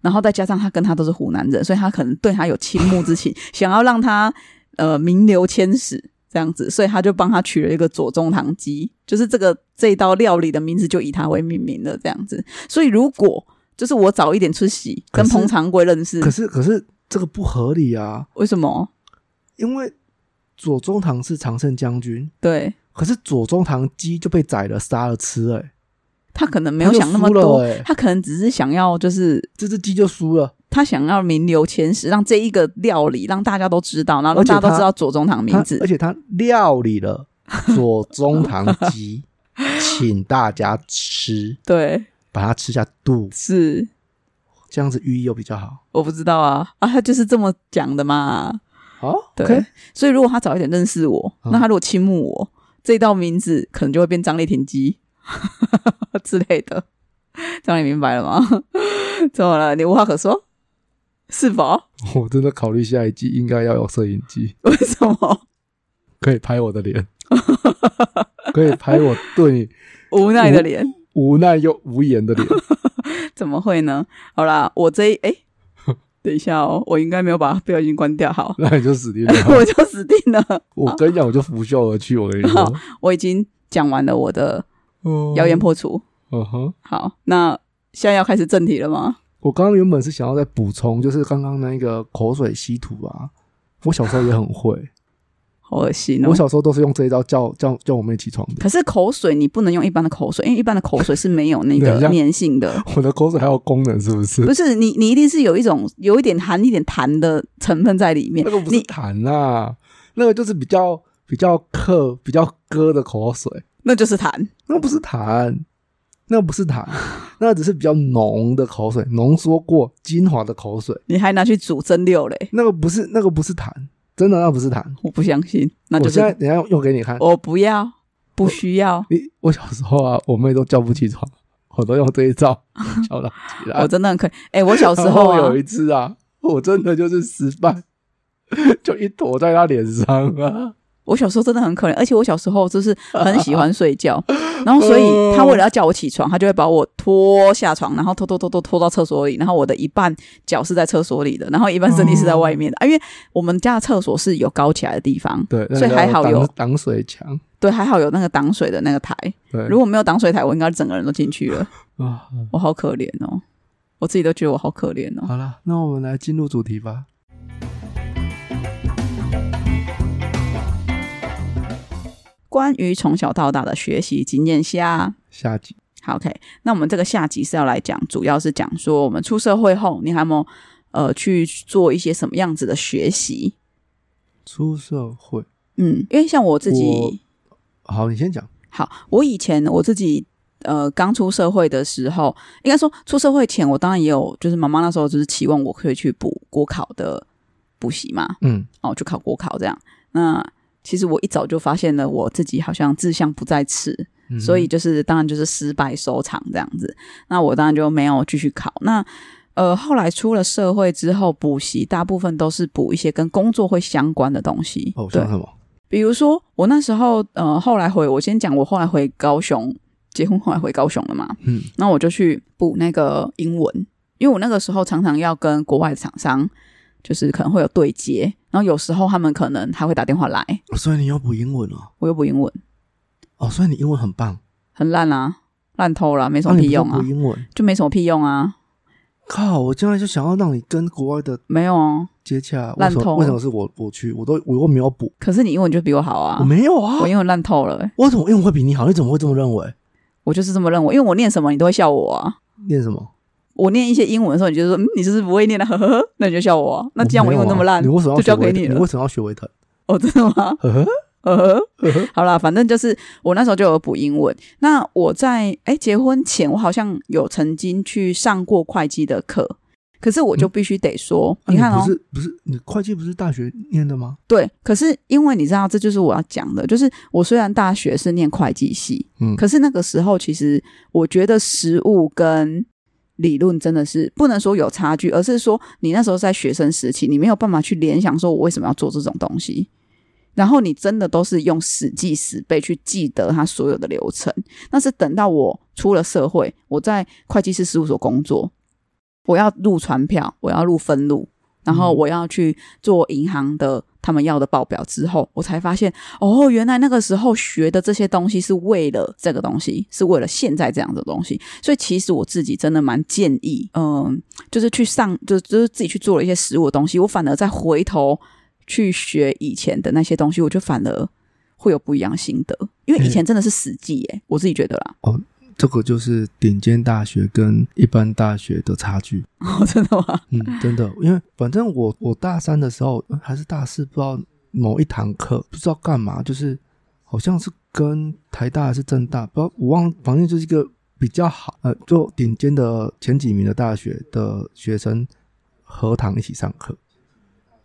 Speaker 1: 然后再加上他跟他都是湖南人，所以他可能对他有倾慕
Speaker 2: [laughs]
Speaker 1: 之情，想要让他呃名留千史这样子，所以他就帮他取了一个左宗棠鸡，就是这个这一道料理的名字就以他为命名的这样子。所以如果就是我早一点出席，
Speaker 2: 可
Speaker 1: 跟
Speaker 2: 是
Speaker 1: 彭长贵认识
Speaker 2: 可，是可是这个不合理啊，
Speaker 1: 为什么？
Speaker 2: 因为左宗棠是常胜将军，
Speaker 1: 对
Speaker 2: 可是左宗棠鸡就被宰了杀了吃、欸，哎，
Speaker 1: 他可能没有
Speaker 2: 他就
Speaker 1: 想那么
Speaker 2: 输了
Speaker 1: 多，
Speaker 2: 欸
Speaker 1: 他可能只是想要就是。
Speaker 2: 这只鸡就输了，
Speaker 1: 他想要名留千史，让这一个料理让大家都知道，然后
Speaker 2: 而且
Speaker 1: 大家都
Speaker 2: 他
Speaker 1: 知道左宗棠的名
Speaker 2: 他呃
Speaker 1: 字
Speaker 2: 而。且他料理了左宗棠
Speaker 1: [laughs]
Speaker 2: 鸡，请大家吃，
Speaker 1: 对，
Speaker 2: 把它吃下肚，
Speaker 1: 是
Speaker 2: 这样子寓意又比较好。
Speaker 1: 我不知道啊，啊，他就是这么讲的嘛。
Speaker 2: 好、o
Speaker 1: 对
Speaker 2: k
Speaker 1: 所以如果他早一点认识我，
Speaker 2: 嗯
Speaker 1: 那他如果倾慕我，这道名字可能就会变张丽婷鸡 [laughs] 之类的。这样你明白了吗？ [laughs] 怎么了？你无话可说？是否？ [laughs]
Speaker 2: 我真的考虑下一季应该要有摄影机，
Speaker 1: 为什么？
Speaker 2: 可以拍我的脸， [laughs] 可以拍我对你
Speaker 1: 无奈
Speaker 2: 哦
Speaker 1: 的脸，
Speaker 2: 无奈又无言的脸。
Speaker 1: 怎么会呢？好啦，我这一哎，
Speaker 2: [laughs]，
Speaker 1: 等一下哦，我应该没有把不小心关掉，好
Speaker 2: 那你就死定了。 [laughs]
Speaker 1: 我就死定了。
Speaker 2: 我跟你讲，我就拂袖而去。我跟你
Speaker 1: [laughs]
Speaker 2: 说，
Speaker 1: 我已经讲完了我的
Speaker 2: 嗯
Speaker 1: 谣言。破除。
Speaker 2: 嗯哼，
Speaker 1: 好，那现在要开始正题了吗？
Speaker 2: 我刚刚原本是想要再补充，就是刚刚那个口水吸吐啊，我小时候也很会，
Speaker 1: 好恶心哦
Speaker 2: 我！小时候都是用这一招叫叫叫我妹起床的。
Speaker 1: 可是口水你不能用一般的口水，因为一般的口水是没有那
Speaker 2: 等一
Speaker 1: 个
Speaker 2: 下
Speaker 1: 粘性的。
Speaker 2: 我的口水还有功能是不是？
Speaker 1: 不是你，你一定是有一种有一点含一点痰的成分在里面
Speaker 2: 那。个不是
Speaker 1: 你
Speaker 2: 痰啊，那个就是比较比较克比较割的口水，
Speaker 1: 那就是痰，
Speaker 2: 那不是痰，那不是痰，那只是比较浓的口水，浓缩过精华的口水，
Speaker 1: 你还拿去煮蒸馏嘞？
Speaker 2: 那个不是那个不是痰，真的那不是痰。
Speaker 1: 我不相信，那就
Speaker 2: 我现在
Speaker 1: 是
Speaker 2: 等一下用给你看，
Speaker 1: 我不要，不需
Speaker 2: [laughs]
Speaker 1: 要，
Speaker 2: 你我小时候啊，我妹都叫不起床，我都用这一
Speaker 1: [laughs]
Speaker 2: 招叫她起来。
Speaker 1: 我真的很可以。哎、我小时
Speaker 2: 然 [laughs]
Speaker 1: 候
Speaker 2: 后
Speaker 1: 啊
Speaker 2: 啊有，一次啊，我真的就是失败，就一坨在她脸上啊。
Speaker 1: 我小时候真的很可怜，而且我小时候就是很喜欢睡觉，然后所以他为了要叫我起床，他就会把我拖下床，然后拖拖拖拖拖到厕所里，然后我的一半脚是在厕所里的，然后一半身体是在外面的，啊，因为我们家的厕所是有高起来的地方，
Speaker 2: 对，那
Speaker 1: 所以
Speaker 2: 个
Speaker 1: 还好
Speaker 2: 挡
Speaker 1: 有
Speaker 2: 挡水墙。
Speaker 1: 对，还好有那个挡水的那个台，
Speaker 2: 对，
Speaker 1: 如果没有挡水台，我应该整个人都进去了，
Speaker 2: 啊，
Speaker 1: 我好可怜哦，我自己都觉得我好可怜哦。
Speaker 2: 好了，那我们来进入主题吧。
Speaker 1: 关于从小到大的学习经验下。
Speaker 2: 下集
Speaker 1: 好，OK，那我们这个下集是要来讲，主要是讲说我们出社会后，你还有没有呃去做一些什么样子的学习？
Speaker 2: 出社会，
Speaker 1: 嗯，因为像我自
Speaker 2: 我
Speaker 1: 己，
Speaker 2: 好，你先讲。
Speaker 1: 好，我以前我自己呃刚出社会的时候，应该说出社会前，我当然也有，就是妈妈那时候就是期望我可以去补国考的补习嘛，
Speaker 2: 嗯，
Speaker 1: 哦，去考国考这样。那其实我一早就发现了我自己好像志向不在此，
Speaker 2: 嗯
Speaker 1: 所以就是当然就是失败收场这样子。那我当然就没有继续考。那呃，后来出了社会之后，补习大部分都是补一些跟工作会相关的东西。
Speaker 2: 哦，
Speaker 1: 对
Speaker 2: 像，什么？
Speaker 1: 比如说我那时候呃，后来回我先讲，我后来回高雄结婚，后来回高雄了嘛，
Speaker 2: 嗯，
Speaker 1: 那我就去补那个英文，因为我那个时候常常要跟国外的厂商。就是可能会有对接，然后有时候他们可能还会打电话来，
Speaker 2: 哦所以你要补英文哦。
Speaker 1: 我又补英文，
Speaker 2: 哦，所以你英文很棒，
Speaker 1: 很烂啊，烂透了，没什
Speaker 2: 那
Speaker 1: 么
Speaker 2: 你
Speaker 1: 屁
Speaker 2: 不
Speaker 1: 用啊
Speaker 2: 补，英文，
Speaker 1: 就没什么屁用啊，
Speaker 2: 靠！我将来就想要让你跟国外的
Speaker 1: 没有啊。
Speaker 2: 接洽，为
Speaker 1: 烂
Speaker 2: 什么？
Speaker 1: 透
Speaker 2: 为什么是我我去？我都我又没有补，
Speaker 1: 可是你英文就比我好啊
Speaker 2: 我，没有啊
Speaker 1: 我。英文烂透了欸、
Speaker 2: 我怎么英文会比你好？你怎么会这么认为？
Speaker 1: 我就是这么认为，因为我念什么你都会笑我啊。
Speaker 2: 念什么？
Speaker 1: 我念一些英文的时候，你就说、嗯、你是不是不会念的，呵呵呵，那你就笑我啊、那既然我
Speaker 2: 没
Speaker 1: 英
Speaker 2: 有
Speaker 1: 文那么
Speaker 2: 啊
Speaker 1: 烂
Speaker 2: 你，为什么要
Speaker 1: 就
Speaker 2: 学
Speaker 1: 交给
Speaker 2: 维特
Speaker 1: 你
Speaker 2: 你
Speaker 1: 了
Speaker 2: 为什么要学维特？ [laughs]
Speaker 1: [laughs] 哦，真的吗？
Speaker 2: 呵呵
Speaker 1: 呵呵，
Speaker 2: 呵啊呵，
Speaker 1: 好啦，反正就是我那时候就有补英文。那我在哎结婚前，我好像有曾经去上过会计的课，可是我就必须得说，
Speaker 2: 嗯啊
Speaker 1: 看哦
Speaker 2: 不，是不是，你会计不是大学念的吗？
Speaker 1: 对，可是因为你知道，这就是我要讲的，就是我虽然大学是念会计系，
Speaker 2: 嗯
Speaker 1: 可是那个时候其实我觉得实务跟理论真的是不能说有差距，而是说你那时候在学生时期，你没有办法去联想说我为什么要做这种东西。然后你真的都是用死记死背去记得它所有的流程，那是等到我出了社会，我在会计师事务所工作，我要入传票，我要入分录，然后
Speaker 2: 嗯
Speaker 1: 我要去做银行的他们要的报表之后，我才发现哦，原来那个时候学的这些东西是为了这个东西，是为了现在这样的东西。所以其实我自己真的蛮建议，嗯，就是去上，就就是自己去做了一些实物的东西，我反而再回头去学以前的那些东西，我就反而会有不一样的心得，因为以前真的是死记耶，我自己觉得啦， [laughs]
Speaker 2: 这个就是顶尖大学跟一般大学的差距。
Speaker 1: 哦，真的吗？
Speaker 2: 嗯，真的，因为反正我我大三的时候呃还是大四，不知道某一堂课不知道干嘛，就是好像是跟台大还是政大，不知道我忘了，反正就是一个比较好呃，就顶尖的前几名的大学的学生合堂一起上课。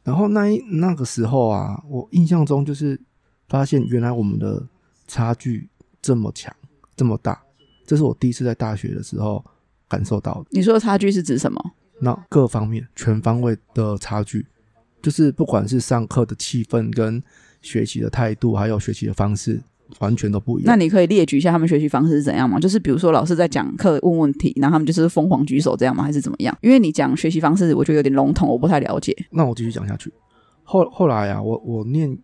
Speaker 2: 然后那一那个时候啊，我印象中就是发现原来我们的差距这么强，这么大，这是我第一次在大学的时候感受到的。
Speaker 1: 你说的差距是指什么？
Speaker 2: 那各方面全方位的差距，就是不管是上课的气氛、跟学习的态度，还有学习的方式，完全都不一
Speaker 1: 那
Speaker 2: 样。
Speaker 1: 你可以列举一下他们学习方式是怎样吗？就是比如说老师在讲课问问题，然后他们就是疯狂举手这样吗？还是怎么样？因为你讲学习方式，我觉得有点笼统，我不太了解。
Speaker 2: 那我继续讲下去。后后来啊，我我念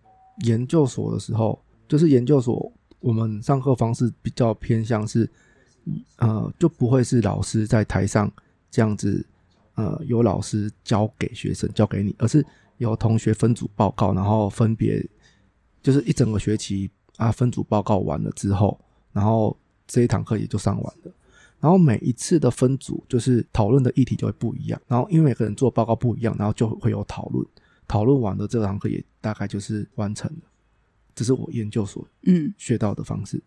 Speaker 2: 研究所的时候，就是研究所我们上课方式比较偏向是，呃，就不会是老师在台上这样子，呃，由老师教给学生教给你，而是由同学分组报告，然后分别就是一整个学期啊，分组报告完了之后，然后这一堂课也就上完了。然后每一次的分组就是讨论的议题就会不一样，然后因为每个人做报告不一样，然后就会有讨论。讨论完的这堂课也大概就是完成了，这是我研究所
Speaker 1: 嗯，
Speaker 2: 学到的方式。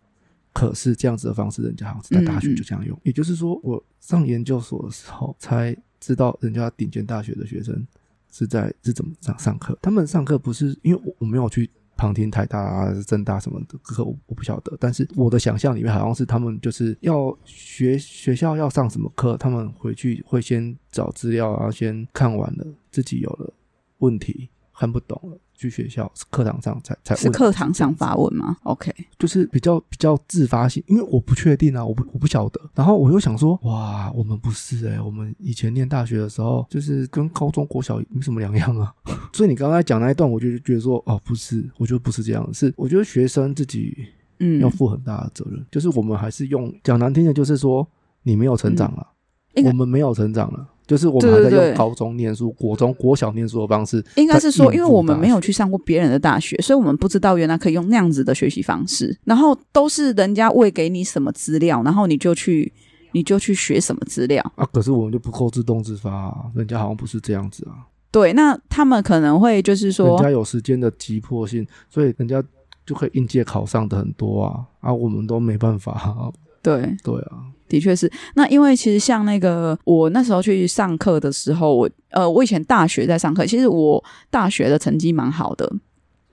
Speaker 2: 可是这样子的方式，人家好像是在大
Speaker 1: 嗯
Speaker 2: 学
Speaker 1: 嗯
Speaker 2: 就这样用。也就是说，我上研究所的时候才知道，人家顶尖大学的学生是在是怎么上上课。他们上课不是因为我我没有去旁听台大、啊、政大什么的课，我我不晓得。但是我的想象里面好像是他们就是要学学校要上什么课，他们回去会先找资料啊，先看完了，自己有了问题看不懂了，去学校课堂上才才
Speaker 1: 是
Speaker 2: 呃问
Speaker 1: 课堂上发问吗？OK，
Speaker 2: 就是比较比较自发性，因为我不确定啊，我不我不晓得。然后我又想说，
Speaker 1: 嗯
Speaker 2: 哇，我们不是欸诶、我们以前念大学的时候，就是跟高中国小没什么两样啊。 [laughs] 所以你刚才讲那一段，我就觉得说，哦，不是，我觉得不是这样，是我觉得学生自己
Speaker 1: 嗯
Speaker 2: 要，负很大的责任，就是我们还是用讲难听的，就是说你没有成长了，
Speaker 1: 嗯应该
Speaker 2: 我们没有成长了，就是我们还在
Speaker 1: 对对
Speaker 2: 用
Speaker 1: 对
Speaker 2: 高中念书、国中、国小念书的方式，
Speaker 1: 应该是说，
Speaker 2: 在应
Speaker 1: 因为
Speaker 2: 付
Speaker 1: 我们
Speaker 2: 大
Speaker 1: 没有
Speaker 2: 学
Speaker 1: 去上过别人的大学，所以我们不知道原来可以用那样子的学习方式。然后都是人家喂给你什么资料，然后你就去你就去学什么资料。
Speaker 2: 啊，可是我们就不够自动自发、啊，人家好像不是这样子啊，
Speaker 1: 对，那他们可能会就是
Speaker 2: 人
Speaker 1: 说
Speaker 2: 家，有时间的急迫性，所以人家就可以应届考上的很多啊，啊，我们都没办法、 [laughs] 啊，
Speaker 1: 对，
Speaker 2: 对啊，
Speaker 1: 的确是。那因为其实像那个我那时候去上课的时候，我呃，我以前大学在上课，其实我大学的成绩蛮好的，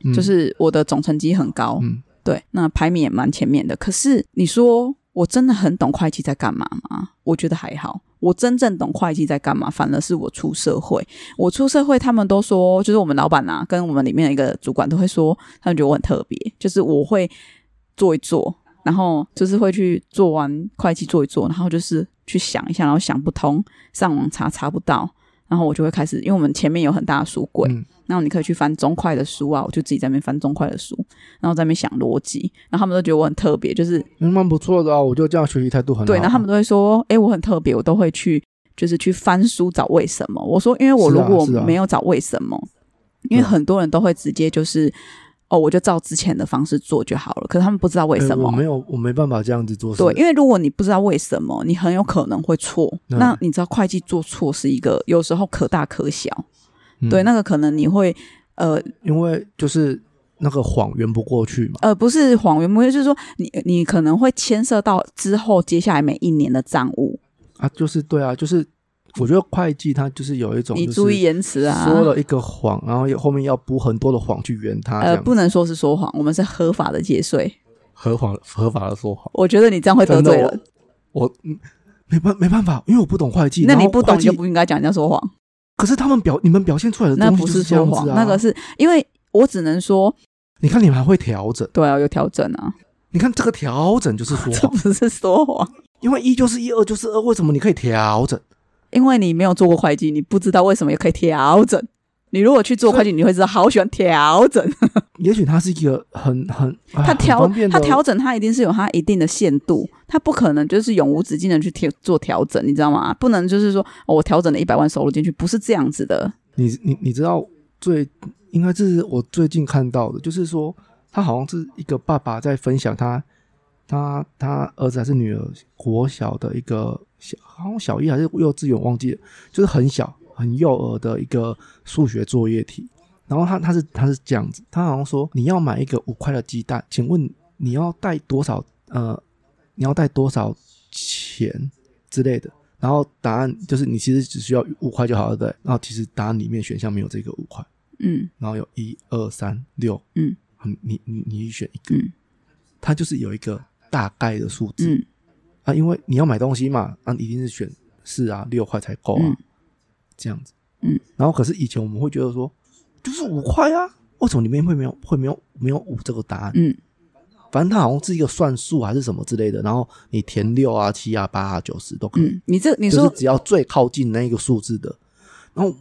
Speaker 2: 嗯、
Speaker 1: 就是我的总成绩很高，
Speaker 2: 嗯
Speaker 1: 对，那排名也蛮前面的。可是你说我真的很懂会计在干嘛吗？我觉得还好。我真正懂会计在干嘛，反而是我出社会。我出社会，他们都说，就是我们老板啊，跟我们里面的一个主管都会说，他们觉得我很特别，就是我会做一做，然后就是会去做完会计做一做，然后就是去想一下，然后想不通，上网查查不到，然后我就会开始，因为我们前面有很大的书柜，
Speaker 2: 嗯
Speaker 1: 然后你可以去翻中快的书啊，我就自己在那边翻中快的书，然后在那边想逻辑，然后他们都觉得我很特别，就是
Speaker 2: 嗯蛮不错的啊，我就这样学习态度很好啊，
Speaker 1: 对，然后他们都会说，诶，我很特别，我都会去就是去翻书找为什么。我说，因为我
Speaker 2: 是
Speaker 1: 如
Speaker 2: 啊
Speaker 1: 果
Speaker 2: 是啊
Speaker 1: 没有找为什么，因
Speaker 2: 对
Speaker 1: 为很多人都会直接就是哦，我就照之前的方式做就好了，可是他们不知道为
Speaker 2: 哎
Speaker 1: 什
Speaker 2: 我
Speaker 1: 么。
Speaker 2: 没有，我没办法这样子做事，
Speaker 1: 对，因为如果你不知道为什么，你很有可能会错。
Speaker 2: 嗯
Speaker 1: 那你知道会计做错是一个有时候可大可小，
Speaker 2: 嗯
Speaker 1: 对，那个可能你会呃
Speaker 2: 因为就是那个谎圆不过去嘛，
Speaker 1: 呃，不是谎言不会，就是说你你可能会牵涉到之后接下来每一年的账务，
Speaker 2: 啊，就是对啊，就是我觉得会计它就是有一种、
Speaker 1: 你注意。言辞啊。
Speaker 2: 说了一个谎，然后又后面要补很多的谎去圆它，这
Speaker 1: 呃，
Speaker 2: 样
Speaker 1: 不能说是说谎，我们是合法的节税。
Speaker 2: 合法合法的说谎。
Speaker 1: 我觉得你这样会得罪
Speaker 2: 真的哦
Speaker 1: 人，
Speaker 2: 我嗯没办没办法，因为我不懂会计。
Speaker 1: 那
Speaker 2: 然
Speaker 1: 你
Speaker 2: 后
Speaker 1: 不懂
Speaker 2: 会
Speaker 1: 就
Speaker 2: 计，
Speaker 1: 不应该讲人家说谎，
Speaker 2: 可是他们表你们表现出来的
Speaker 1: 那
Speaker 2: 东
Speaker 1: 不
Speaker 2: 西就是这
Speaker 1: 说
Speaker 2: 样
Speaker 1: 谎，
Speaker 2: 子啊。
Speaker 1: 那个是因为我只能说，
Speaker 2: 你看你们还会调整，
Speaker 1: 对啊，有调整啊，
Speaker 2: 你看这个调整就是说
Speaker 1: [laughs] 这
Speaker 2: 谎，
Speaker 1: 不是说谎，
Speaker 2: 因为一就是一，二就是二，为什么你可以调整？
Speaker 1: 因为你没有做过会计，你不知道为什么也可以调整。你如果去做会计，你会知道好喜欢调整，
Speaker 2: 也许它是一个很很啊
Speaker 1: 他
Speaker 2: 很
Speaker 1: 调
Speaker 2: 方便的
Speaker 1: 他调整，他一定是有他一定的限度，他不可能就是永无止境的去调做调整，你知道吗？不能就是说、哦我调整了一百万收入进去，不是这样子的。
Speaker 2: 你你你知道最应该这是我最近看到的，就是说他好像是一个爸爸在分享他他他儿子还是女儿国小的一个小好像小一还是幼稚园忘记了，就是很小很幼儿的一个数学作业题。然后他他是他是这样子，他好像说你要买一个五块的鸡蛋，请问你要带多少呃你要带多少钱之类的？然后答案就是你其实只需要五块就好了，对不对。然后其实答案里面选项没有这个五块，
Speaker 1: 嗯，
Speaker 2: 然后有一二三六，
Speaker 1: 嗯
Speaker 2: 嗯，你你你选一个，
Speaker 1: 嗯
Speaker 2: 它就是有一个大概的数字、
Speaker 1: 嗯
Speaker 2: 啊，因为你要买东西嘛，啊，一定是选四啊六块才够啊，
Speaker 1: 嗯
Speaker 2: 这样子，
Speaker 1: 嗯。
Speaker 2: 然后可是以前我们会觉得说，就是五块啊，为什么里面会没有会没有没有五这个答案？
Speaker 1: 嗯，
Speaker 2: 反正它好像是一个算术还是什么之类的，然后你填六啊七啊八啊九十都可以。
Speaker 1: 嗯，你这你
Speaker 2: 就是
Speaker 1: 说、
Speaker 2: 只要最靠近那一个数字的，然后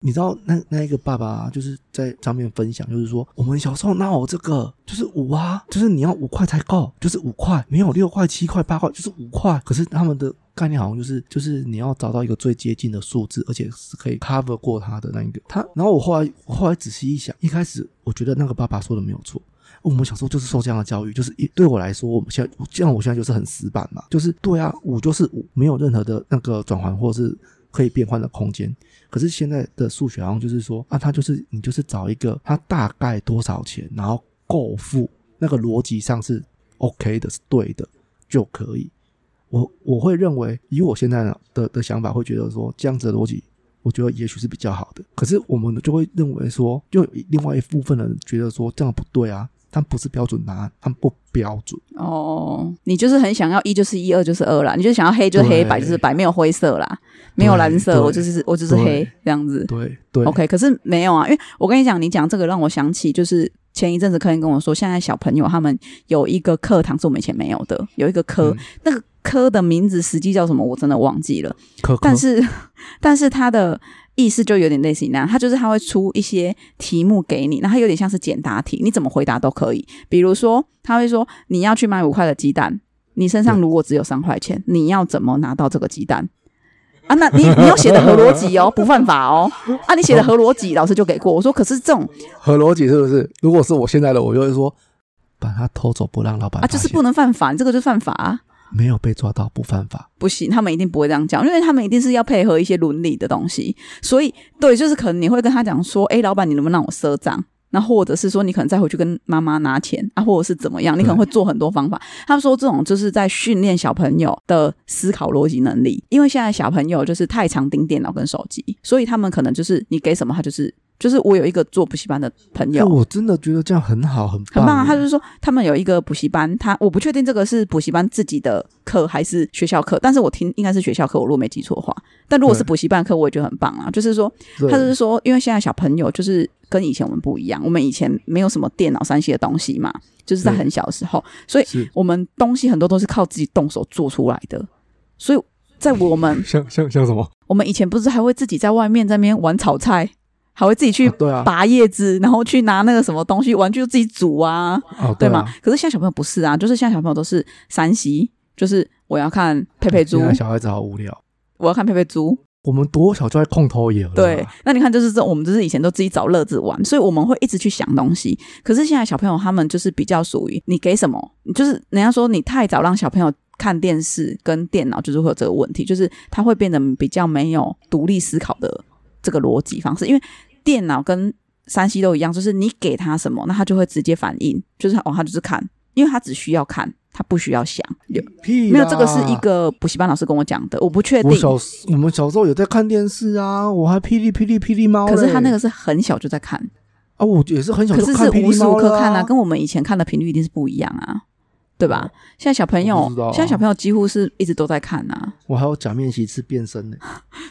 Speaker 2: 你知道那那一个爸爸、啊、就是在上面分享，就是说我们小时候哪有这个，就是五啊，就是你要五块才够，就是五块，没有六块、七块、八块，就是五块。可是他们的概念好像就是就是你要找到一个最接近的数字，而且是可以 cover 过他的那一个他。然后我后来我后来仔细一想，一开始我觉得那个爸爸说的没有错，我们小时候就是受这样的教育，就是一对我来说，我们现在像我现在就是很死板嘛，就是对啊，五就是五，没有任何的那个转换或是可以变换的空间。可是现在的数学好像就是说啊，它就是你就是找一个它大概多少钱，然后够付，那个逻辑上是 OK 的，是对的就可以。我我会认为，以我现在的的的想法，会觉得说这样子的逻辑我觉得也许是比较好的。可是我们就会认为说，就有另外一部分人觉得说这样不对啊，他们不是标准答案，他们不标准。
Speaker 1: 哦，你就是很想要一就是一，二就是二啦，你就想要黑就是黑，
Speaker 2: 对
Speaker 1: 白就是白，没有灰色啦，没有蓝
Speaker 2: 对
Speaker 1: 色，我就是我就是
Speaker 2: 对
Speaker 1: 黑这样
Speaker 2: [laughs]
Speaker 1: 子。
Speaker 2: 对对
Speaker 1: OK，可是没有啊，因为我跟你讲，你讲这个让我想起，就是前一阵子客人跟我说，现在小朋友他们有一个课堂是我们以前没有的，有一个科，
Speaker 2: 嗯
Speaker 1: 那个科的名字实际叫什么，我真的忘记了。
Speaker 2: 可可
Speaker 1: 但是，但是他的意思就有点类似于那样，他就是他会出一些题目给你，那他有点像是简答题，你怎么回答都可以。比如说，他会说你要去买五块的鸡蛋，你身上如果只有三块钱，你要怎么拿到这个鸡蛋？啊，那你你要写的合逻辑哦，不犯法哦。啊，你写的合逻辑，老师就给过。我说，可是这种
Speaker 2: 合逻辑是不是？如果是我现在的，我就会说把它偷走，不让老板
Speaker 1: 啊，就
Speaker 2: 发
Speaker 1: 是
Speaker 2: 现
Speaker 1: 不能犯法，你这个就犯法、啊，
Speaker 2: 没有被抓到不犯法。
Speaker 1: 不行。他们一定不会这样讲，因为他们一定是要配合一些伦理的东西。所以，对，就是可能你会跟他讲说，哎，老板，你能不能让我赊账？那或者是说，你可能再回去跟妈妈拿钱啊，或者是怎么样？你可能会做很多方法。他们说这种就是在训练小朋友的思考逻辑能力，因为现在小朋友就是太常盯电脑跟手机，所以他们可能就是你给什么，他就是就是我有一个做补习班的朋
Speaker 2: 哎
Speaker 1: 友，
Speaker 2: 我真的觉得这样很好，很
Speaker 1: 很
Speaker 2: 耶
Speaker 1: 棒啊！他就是说，他们有一个补习班，他我不确定这个是补习班自己的课还是学校课，但是我听应该是学校课，我如果没记错的话。但如果是
Speaker 2: 对
Speaker 1: 补习班课，我也觉得很棒啊！就是说，
Speaker 2: 对
Speaker 1: 他就是说，因为现在小朋友就是跟以前我们不一样，我们以前没有什么电脑、三 C 的东西嘛，就是在
Speaker 2: 对
Speaker 1: 很小的时候，所以
Speaker 2: 是
Speaker 1: 我们东西很多都是靠自己动手做出来的，所以在我 [laughs] 们
Speaker 2: 像像像什么？
Speaker 1: 我们以前不是还会自己在外面在那边玩炒菜，还会自己去
Speaker 2: 啊对啊，
Speaker 1: 拔叶子，然后去拿那个什么东西玩具就自己煮啊，
Speaker 2: 哦
Speaker 1: 对
Speaker 2: 啊
Speaker 1: 吗？可是现在小朋友不是啊，就是现在小朋友都是山西，就是我要看佩佩猪
Speaker 2: 啊现，在小孩子好无聊。
Speaker 1: 我要看佩佩猪，
Speaker 2: 我们多小就在空投野了啦，
Speaker 1: 对，那你看，就是这，我们就是以前都自己找乐子玩，所以我们会一直去想东西。可是现在小朋友他们就是比较属于你给什么，就是人家说你太早让小朋友看电视跟电脑，就是会有这个问题，就是他会变得比较没有独立思考的这个逻辑方式，因为电脑跟山西都一样，就是你给他什么，那他就会直接反应，就是哦，他就是看，因为他只需要看，他不需要想。有
Speaker 2: 屁啦
Speaker 1: 没有，这个是一。个补习班老师跟我讲的，我不确定
Speaker 2: 我。小我们小时候有在看电视啊，我还霹雳霹雳霹雳猫嘞。
Speaker 1: 可是他那个是很小就在看，
Speaker 2: 啊，我也是很小
Speaker 1: 可
Speaker 2: 就是看
Speaker 1: 是
Speaker 2: 霹
Speaker 1: 无
Speaker 2: 雳
Speaker 1: 时
Speaker 2: 猫
Speaker 1: 无刻
Speaker 2: 了
Speaker 1: 看
Speaker 2: 啊，
Speaker 1: 跟我们以前看的频率一定是不一样啊，对吧？现在小朋
Speaker 2: 哦我
Speaker 1: 友
Speaker 2: 不知道，啊
Speaker 1: 现在小朋友几乎是一直都在看啊。
Speaker 2: 我还有假面骑士变身呢。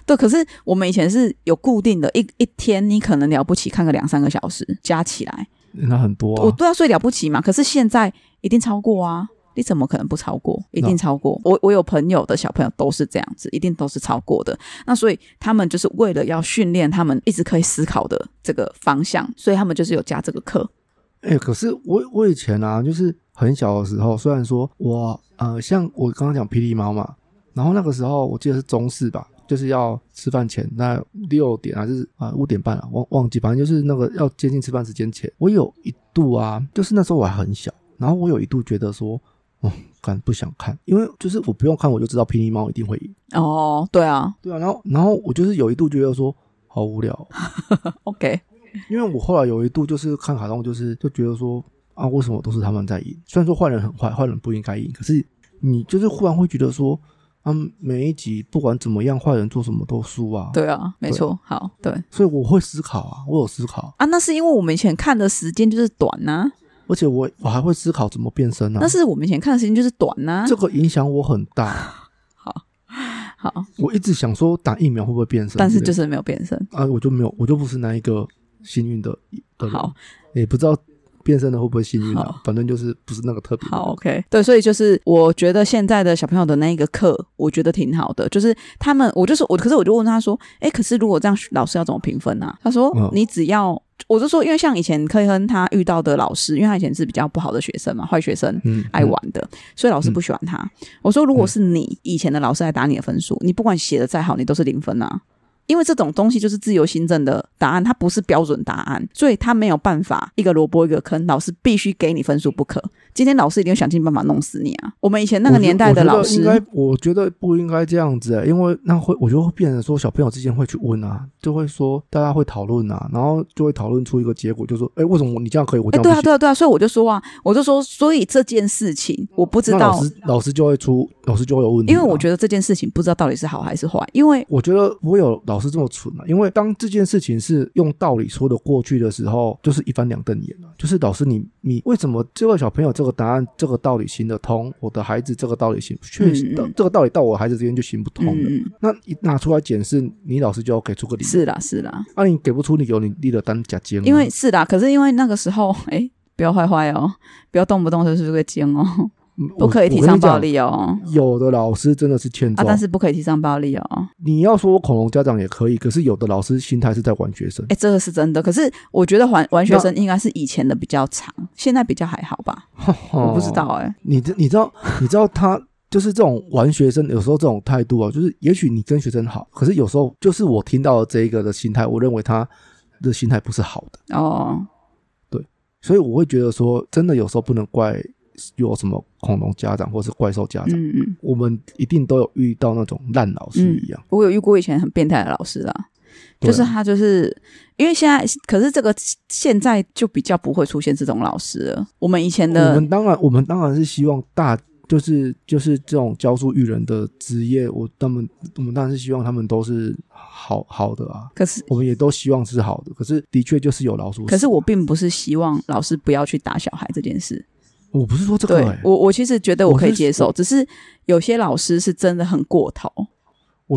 Speaker 1: 对，可是我们以前是有固定的，一一天你可能了不起看个两三个小时加起来，
Speaker 2: 那很多
Speaker 1: 我
Speaker 2: 啊，
Speaker 1: 对啊，所以了不起嘛。可是现在一定超过啊。你怎么可能不超过？一定超过。我我有朋友的小朋友都是这样子，一定都是超过的。那所以他们就是为了要训练他们一直可以思考的这个方向，所以他们就是有加这个课。
Speaker 2: 哎、可是我我以前啊，就是很小的时候，虽然说我呃，像我刚刚讲霹雳猫嘛，然后那个时候我记得是中式吧，就是要吃饭前那六点还是啊五、点半啊，忘忘记，反正就是那个要接近吃饭时间前，我有一度啊，就是那时候我还很小，然后我有一度觉得说，嗯，干不想看，因为就是我不用看我就知道霹雳猫一定会赢，
Speaker 1: 哦，对啊
Speaker 2: 对啊，然后然后我就是有一度觉得说好无聊哦、
Speaker 1: ，OK，
Speaker 2: 因为我后来有一度就是看卡通，就是就觉得说啊，为什么都是他们在赢？虽然说坏人很坏，坏人不应该赢，可是你就是忽然会觉得说，啊，每一集不管怎么样，坏人做什么都输啊。，
Speaker 1: 对啊，没
Speaker 2: 对
Speaker 1: 错，好，对
Speaker 2: 所以我会思考啊，我有思考，
Speaker 1: 啊，那是因为我们以前看的时间就是短呐、
Speaker 2: 而且我我还会思考怎么变身啊
Speaker 1: 那。是我们以前看的时间就是短呐、
Speaker 2: 这个影响我很大，
Speaker 1: [laughs] 好，
Speaker 2: 我一直想说打疫苗会不会变身之类的，
Speaker 1: 但是就是没有变身。
Speaker 2: 啊，我就没有，我就不是那一个幸运的的人，
Speaker 1: 好，
Speaker 2: 也不知道变身的会不会幸运啊
Speaker 1: 好，
Speaker 2: 反正就是不是那个特别的
Speaker 1: 好，OK，对，所以就是我觉得现在的小朋友的那一个课，我觉得挺好的，就是他们，我就说，我可是我就问他说，哎，可是如果这样，老师要怎么评分啊？他说，
Speaker 2: 嗯
Speaker 1: 你只要，我就说，因为像以前科恩他遇到的老师，因为他以前是比较不好的学生嘛，坏学生，
Speaker 2: 嗯，
Speaker 1: 爱
Speaker 2: 嗯
Speaker 1: 玩的，所以老师不喜欢他。我说，如果是你以前的老师来打你的分数，你不管写的再好，你都是零分啊。因为这种东西就是自由新政的答案，它不是标准答案，所以它没有办法一个萝卜一个坑，老师必须给你分数不可。今天老师一定想尽办法弄死你啊！我们以前那个
Speaker 2: 我觉
Speaker 1: 年代的老师
Speaker 2: 我觉得应该我觉得不应该这样子、欸因为那会我就会变成说小朋友之间会去问啊，就会说大家会讨论啊，然后就会讨论出一个结果，就说哎、为什么你这样可以，我这
Speaker 1: 哎，
Speaker 2: 样
Speaker 1: 对
Speaker 2: 不
Speaker 1: 啊，
Speaker 2: 行？
Speaker 1: 对啊，对啊，所以我就说啊，我就说，所以这件事情我不知
Speaker 2: 那
Speaker 1: 道
Speaker 2: 老，师老师就会出，老师就会有问题、
Speaker 1: 因为我
Speaker 2: 得。
Speaker 1: 觉得这件事情不知道到底是好还是坏，因为
Speaker 2: 我觉得不会有老师这么蠢啊，因为当这件事情是用道理说得过去的时候，就是一翻两瞪眼了、就是老师你，你为什么这个小朋友这个答案这个道理行得通，我的孩子这个道理行确实、
Speaker 1: 嗯嗯
Speaker 2: 这个道理到我孩子之间就行不通啊了。
Speaker 1: 嗯，嗯
Speaker 2: 哦那一拿出来检视，你老师就要给出个理由。
Speaker 1: 是啦，是啦，
Speaker 2: 啊，你给不出理由，你立了单假尖啊。
Speaker 1: 因为是啦，可是因为那个时候， [laughs] 哎、不要坏坏哦，不要动不动就是会奸哦，
Speaker 2: 嗯
Speaker 1: 不可以提倡暴。力哦
Speaker 2: 我我，跟你讲有的老师真的是欠揍。
Speaker 1: 啊，但是不可以提倡暴力哦，
Speaker 2: 你要说恐龙家长也可以，可是有的老师心态是在玩学生
Speaker 1: 哎、。这个是真的。可是我觉得玩玩学生应该是以前的
Speaker 2: 哦
Speaker 1: 比较长，现在比较还好吧，我不知道哎、
Speaker 2: 你知你知道你知道他就是这种玩学生，有时候这种态度啊，就是也许你跟学生好，可是有时候就是我听到的这一个的心态，我认为他的心态不是好的，
Speaker 1: 哦，
Speaker 2: 所以我会觉得说，真的有时候不能怪有什么恐龙家长或是怪兽家长，
Speaker 1: 嗯嗯
Speaker 2: 我们一定都有遇到那种烂老师一样，
Speaker 1: 我有遇过以前很变态的老师啦，
Speaker 2: 对
Speaker 1: 就
Speaker 2: 啊
Speaker 1: 是他就是因为现在，可是这个现在就比较不会出现这种老师了。我们以前
Speaker 2: 我
Speaker 1: 嗯的
Speaker 2: 哦们当然，我们当然是希望大，就是就是这种教书育人的职业，我他们我们当然是希望他们都是好好的啊，
Speaker 1: 可是
Speaker 2: 我们也都希望是好的。可是的确就是有老鼠屎。
Speaker 1: 可是我并不是希望老师不要去打小孩这件事。
Speaker 2: 我不是说这个、
Speaker 1: 对
Speaker 2: 欸，我
Speaker 1: 我，我其实觉得我
Speaker 2: 我是
Speaker 1: 可以接受，只是有些老师是真的很过头。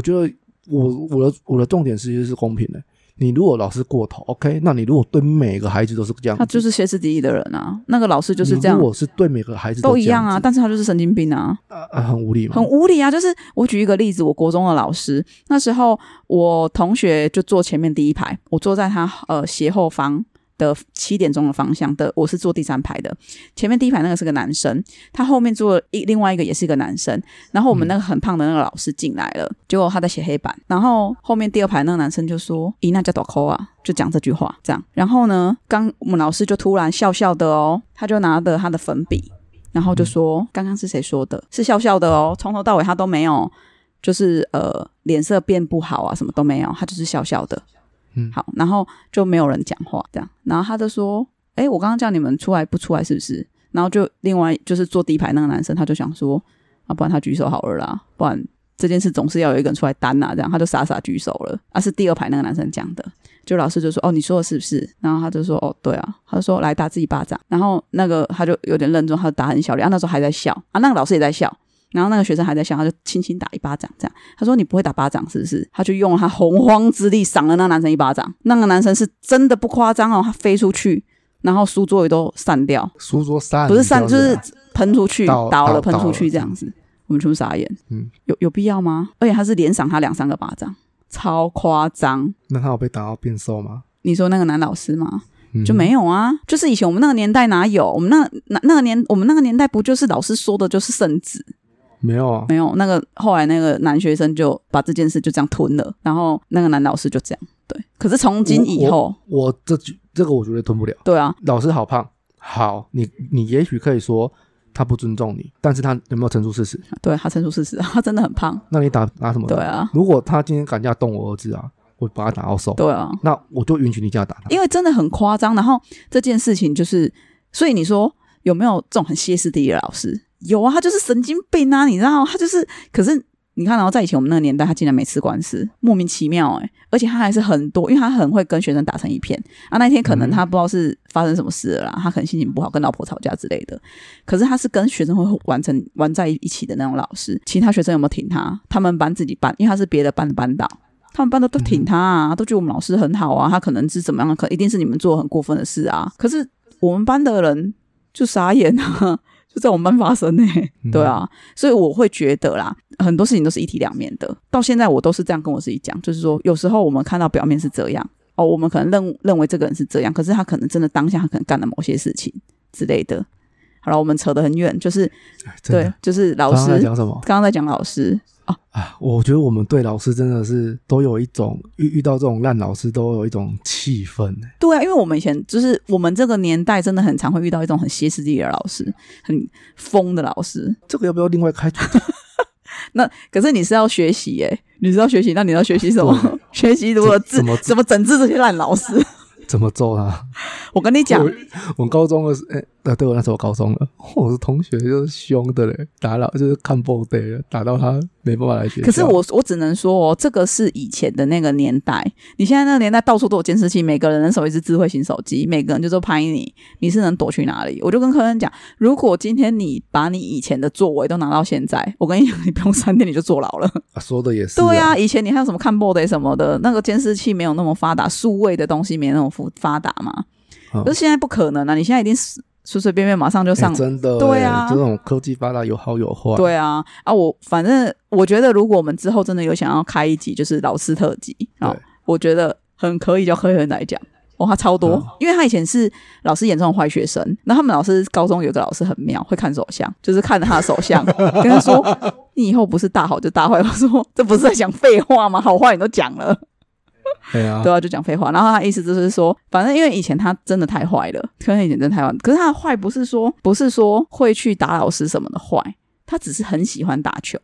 Speaker 2: 觉得我我的我的重点是就是公平的、你如果老师过头，OK，那你如果对每个孩子都是这样子，
Speaker 1: 他就是歇斯底里的人啊，那个老师就是这样
Speaker 2: 你如，果是对每个孩子
Speaker 1: 都
Speaker 2: 这
Speaker 1: 一样啊，
Speaker 2: 子
Speaker 1: 但是他就是神经病啊，
Speaker 2: 啊啊很无理嘛，
Speaker 1: 很无理啊。就是我举一个例子，我国中的老师，那时候我同学就坐前面第一排，我坐在他呃斜后方。的七点钟的方向的，我是坐第三排的，前面第一排那个是个男生，他后面坐了一另外一个也是一个男生，然后我们那个很胖的那个老师进来了，结果他在写黑板，然后后面第二排那个男生就说：“咦，那叫倒扣啊！”就讲这句话，这样。然后呢，刚我们老师就突然笑笑的哦，他就拿着他的粉笔，然后就说：“刚刚是谁说的？是笑笑的哦，从头到尾他都没有，就是呃脸色变不好啊，什么都没有，他就是笑笑的。”
Speaker 2: 嗯
Speaker 1: 好，然后就没有人讲话，这样。然后他就说：“哎，我刚刚叫你们出来不出来是不是？”然后就另外就是坐第一排那个男生，他就想说：“啊，不然他举手好了啦，不然这件事总是要有一个人出来担啊。”这样他就傻傻举手了。啊，是第二排那个男生讲的，就老师就说：“哦，你说的是不是？”然后他就说：“哦，对啊。”他就说：“来打自己巴掌。”然后那个他就有点愣住，他就打很小力。啊，那时候还在笑啊，那个老师也在笑。然后那个学生还在笑，他就轻轻打一巴掌，这样。他说：“你不会打巴掌是不是？”他就用了他洪荒之力赏了那个男生一巴掌。那个男生是真的不夸张哦，他飞出去，然后书桌也都散掉，
Speaker 2: 书桌散
Speaker 1: 不是散，就
Speaker 2: 这样
Speaker 1: 是
Speaker 2: 子啊
Speaker 1: 喷出去，
Speaker 2: 倒
Speaker 1: 倒
Speaker 2: 倒
Speaker 1: 了喷出去
Speaker 2: 倒了
Speaker 1: 这样子。我们全部傻眼，
Speaker 2: 嗯，
Speaker 1: 有有必要吗？而且他是连赏他两三个巴掌，超夸张。
Speaker 2: 那他有被打到变瘦吗？
Speaker 1: 你说那个男老师吗？
Speaker 2: 嗯
Speaker 1: 就没有啊，就是以前我们那个年代哪有？我们那那那个年，我们那个年代不就是老师说的就是圣旨？
Speaker 2: 没有啊，
Speaker 1: 没有，那个后来那个男学生就把这件事就这样吞了，然后那个男老师就这样对。可是从今以后，
Speaker 2: 我这句这个我绝对吞不了。
Speaker 1: 对啊，
Speaker 2: 老师好胖，好，你你也许可以说他不尊重你，但是他有没有陈述事实？
Speaker 1: 对他陈述事实，他真的很胖，
Speaker 2: 那你打拿什么
Speaker 1: 对
Speaker 2: 打？
Speaker 1: 啊，
Speaker 2: 如果他今天敢这样动我儿子啊，我把他打到手，
Speaker 1: 对啊，
Speaker 2: 那我就允许你这样打他。
Speaker 1: 因为真的很夸张。然后这件事情就是，所以你说有没有这种很歇斯底里的老师？有啊，他就是神经病啊，你知道，他就是。可是你看，然后在以前我们那个年代，他竟然没吃官司，莫名其妙哎、而且他还是很多，因为他很会跟学生打成一片啊。那一天可能他不知道是发生什么事了啦，他可能心情不好，跟老婆吵架之类的。可是他是跟学生会玩成玩在一起的那种老师，其他学生有没有挺他？他们班自己班，因为他是别的班的班导，他们班的都挺他
Speaker 2: 嗯
Speaker 1: 啊，都觉得我们老师很好啊，他可能是怎么样，可一定是你们做很过分的事啊。可是我们班的人就傻眼啊， [laughs] 就在我们班发生呢、
Speaker 2: 嗯
Speaker 1: 对啊，所以我会觉得啦，很多事情都是一体两面的。到现在我都是这样跟我自己讲，就是说有时候我们看到表面是这样，哦，我们可能认认为这个人是这样，可是他可能真的当下他可能干了某些事情之类的。好了，我们扯得很远，就是
Speaker 2: 哎真的
Speaker 1: 对，就是老
Speaker 2: 刚
Speaker 1: 师
Speaker 2: 刚在讲什么
Speaker 1: 刚刚在讲老师，
Speaker 2: 啊？我觉得我们对老师真的是都有一种遇遇到这种烂老师都有一种气氛、欸
Speaker 1: 对啊，因为我们以前就是我们这个年代，真的很常会遇到一种很歇斯底里的老师，很疯的老师。
Speaker 2: 这个要不要另外开主题？
Speaker 1: 那可是你是要学习耶、你是要学习，那你要学习什么？ [laughs] 学习如何治
Speaker 2: 怎么
Speaker 1: 怎么整治这些烂老师？ [laughs]
Speaker 2: 怎么揍他？
Speaker 1: 我跟你讲，
Speaker 2: 我高中的时，哎、啊，对我那时候高中了， [laughs] 我的同学就是凶的嘞，打到就是看 b o d y 了，打到他没办法来学校。
Speaker 1: 可是我我只能说哦，这个是以前的那个年代，你现在那个年代到处都有监视器，每个人人手一只智慧型手机，每个人就都拍你，你是能躲去哪里？我就跟科恩讲，如果今天你把你以前的作为都拿到现在，我跟你讲，你不用三天你就坐牢了。
Speaker 2: 啊说的也是、
Speaker 1: 对啊，以前你还有什么看 b o d 什么的，那个监视器没有那么发达，数位的东西没那么复发达嘛。
Speaker 2: 嗯
Speaker 1: 可是现在不可能啊，你现在一定是随随便便马上就
Speaker 2: 哎
Speaker 1: 上
Speaker 2: 真的、欸，
Speaker 1: 对啊
Speaker 2: 这种科技发达有好有坏。
Speaker 1: 对啊，啊，我反正我觉得，如果我们之后真的有想要开一集，就是老师特辑，啊
Speaker 2: 对，
Speaker 1: 我觉得很可以叫科学人来讲。哇，他超多
Speaker 2: 嗯，
Speaker 1: 因为他以前是老师眼中的坏学生。然后他们老师高中有个老师很妙，会看手相，就是看他的手相，跟他说：“你以后不是大好就大坏。”我说：“这不是在讲废话吗？好话你都讲了。”
Speaker 2: 对啊，
Speaker 1: 对啊，就讲废话。然后他意思就是说，反正因为以前他真的太坏了，可能以前真的太坏。可是他的坏不是说不是说会去打老师什么的坏，他只是很喜欢打球，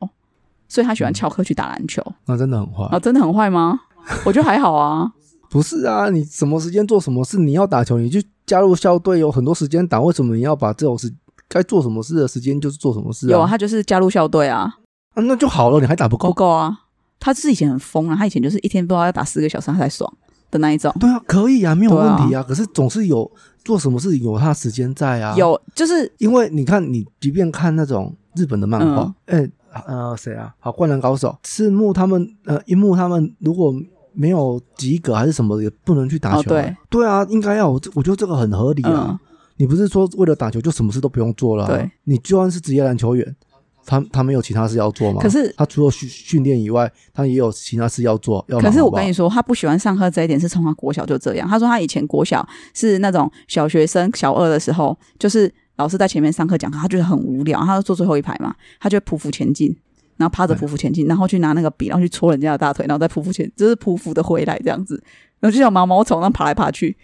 Speaker 1: 所以他喜
Speaker 2: 嗯
Speaker 1: 欢翘课去打篮球。
Speaker 2: 那真的很坏。
Speaker 1: 啊，真的很坏
Speaker 2: [laughs]
Speaker 1: 吗？我觉得还好啊。
Speaker 2: 不是啊，你什么时间做什么事？你要打球，你就加入校队，有很多时间打。为什么你要把这种事该做什么事的时间就是做什么事
Speaker 1: 有啊，
Speaker 2: 啊？哦
Speaker 1: 他就是加入校队啊，
Speaker 2: 啊那就好了，你还打不
Speaker 1: 不
Speaker 2: 够？
Speaker 1: 够啊。他是以前很疯啊，他以前就是一天不知道要打四个小时他才爽的那一种。
Speaker 2: 对啊，可以啊，没有
Speaker 1: 对啊
Speaker 2: 问题啊。可是总是有做什么事有他时间在啊。，
Speaker 1: 有就是
Speaker 2: 因为你看，你即便看那种日本的漫画，
Speaker 1: 嗯
Speaker 2: 哎、呃，谁啊？好，灌篮高手，赤木他们，呃，樱木他们如果没有及格还是什么的，也不能去打球
Speaker 1: 哦
Speaker 2: 啊、
Speaker 1: 对
Speaker 2: 对啊，应该要我这，我觉得这个很合理啊。
Speaker 1: 嗯，
Speaker 2: 你不是说为了打球就什么事都不用做了啊、
Speaker 1: 对
Speaker 2: 你就算是职业篮球员，他他没有其他事要做吗？
Speaker 1: 可是
Speaker 2: 他除了训训练以外，他也有其他事要做。要忙
Speaker 1: 可是我
Speaker 2: 好不好
Speaker 1: 跟你说，他不喜欢上课这一点是从他国小就这样。他说他以前国小是那种小学生小二的时候，就是老师在前面上课讲课，他觉得很无聊，他就坐最后一排嘛，他就匍匐前进，然后趴着匍匐前进，然后去拿那个笔，然后去戳人家的大腿，然后再匍匐前，就是匍匐的回来这样子，然后就像毛毛虫那样爬来爬去。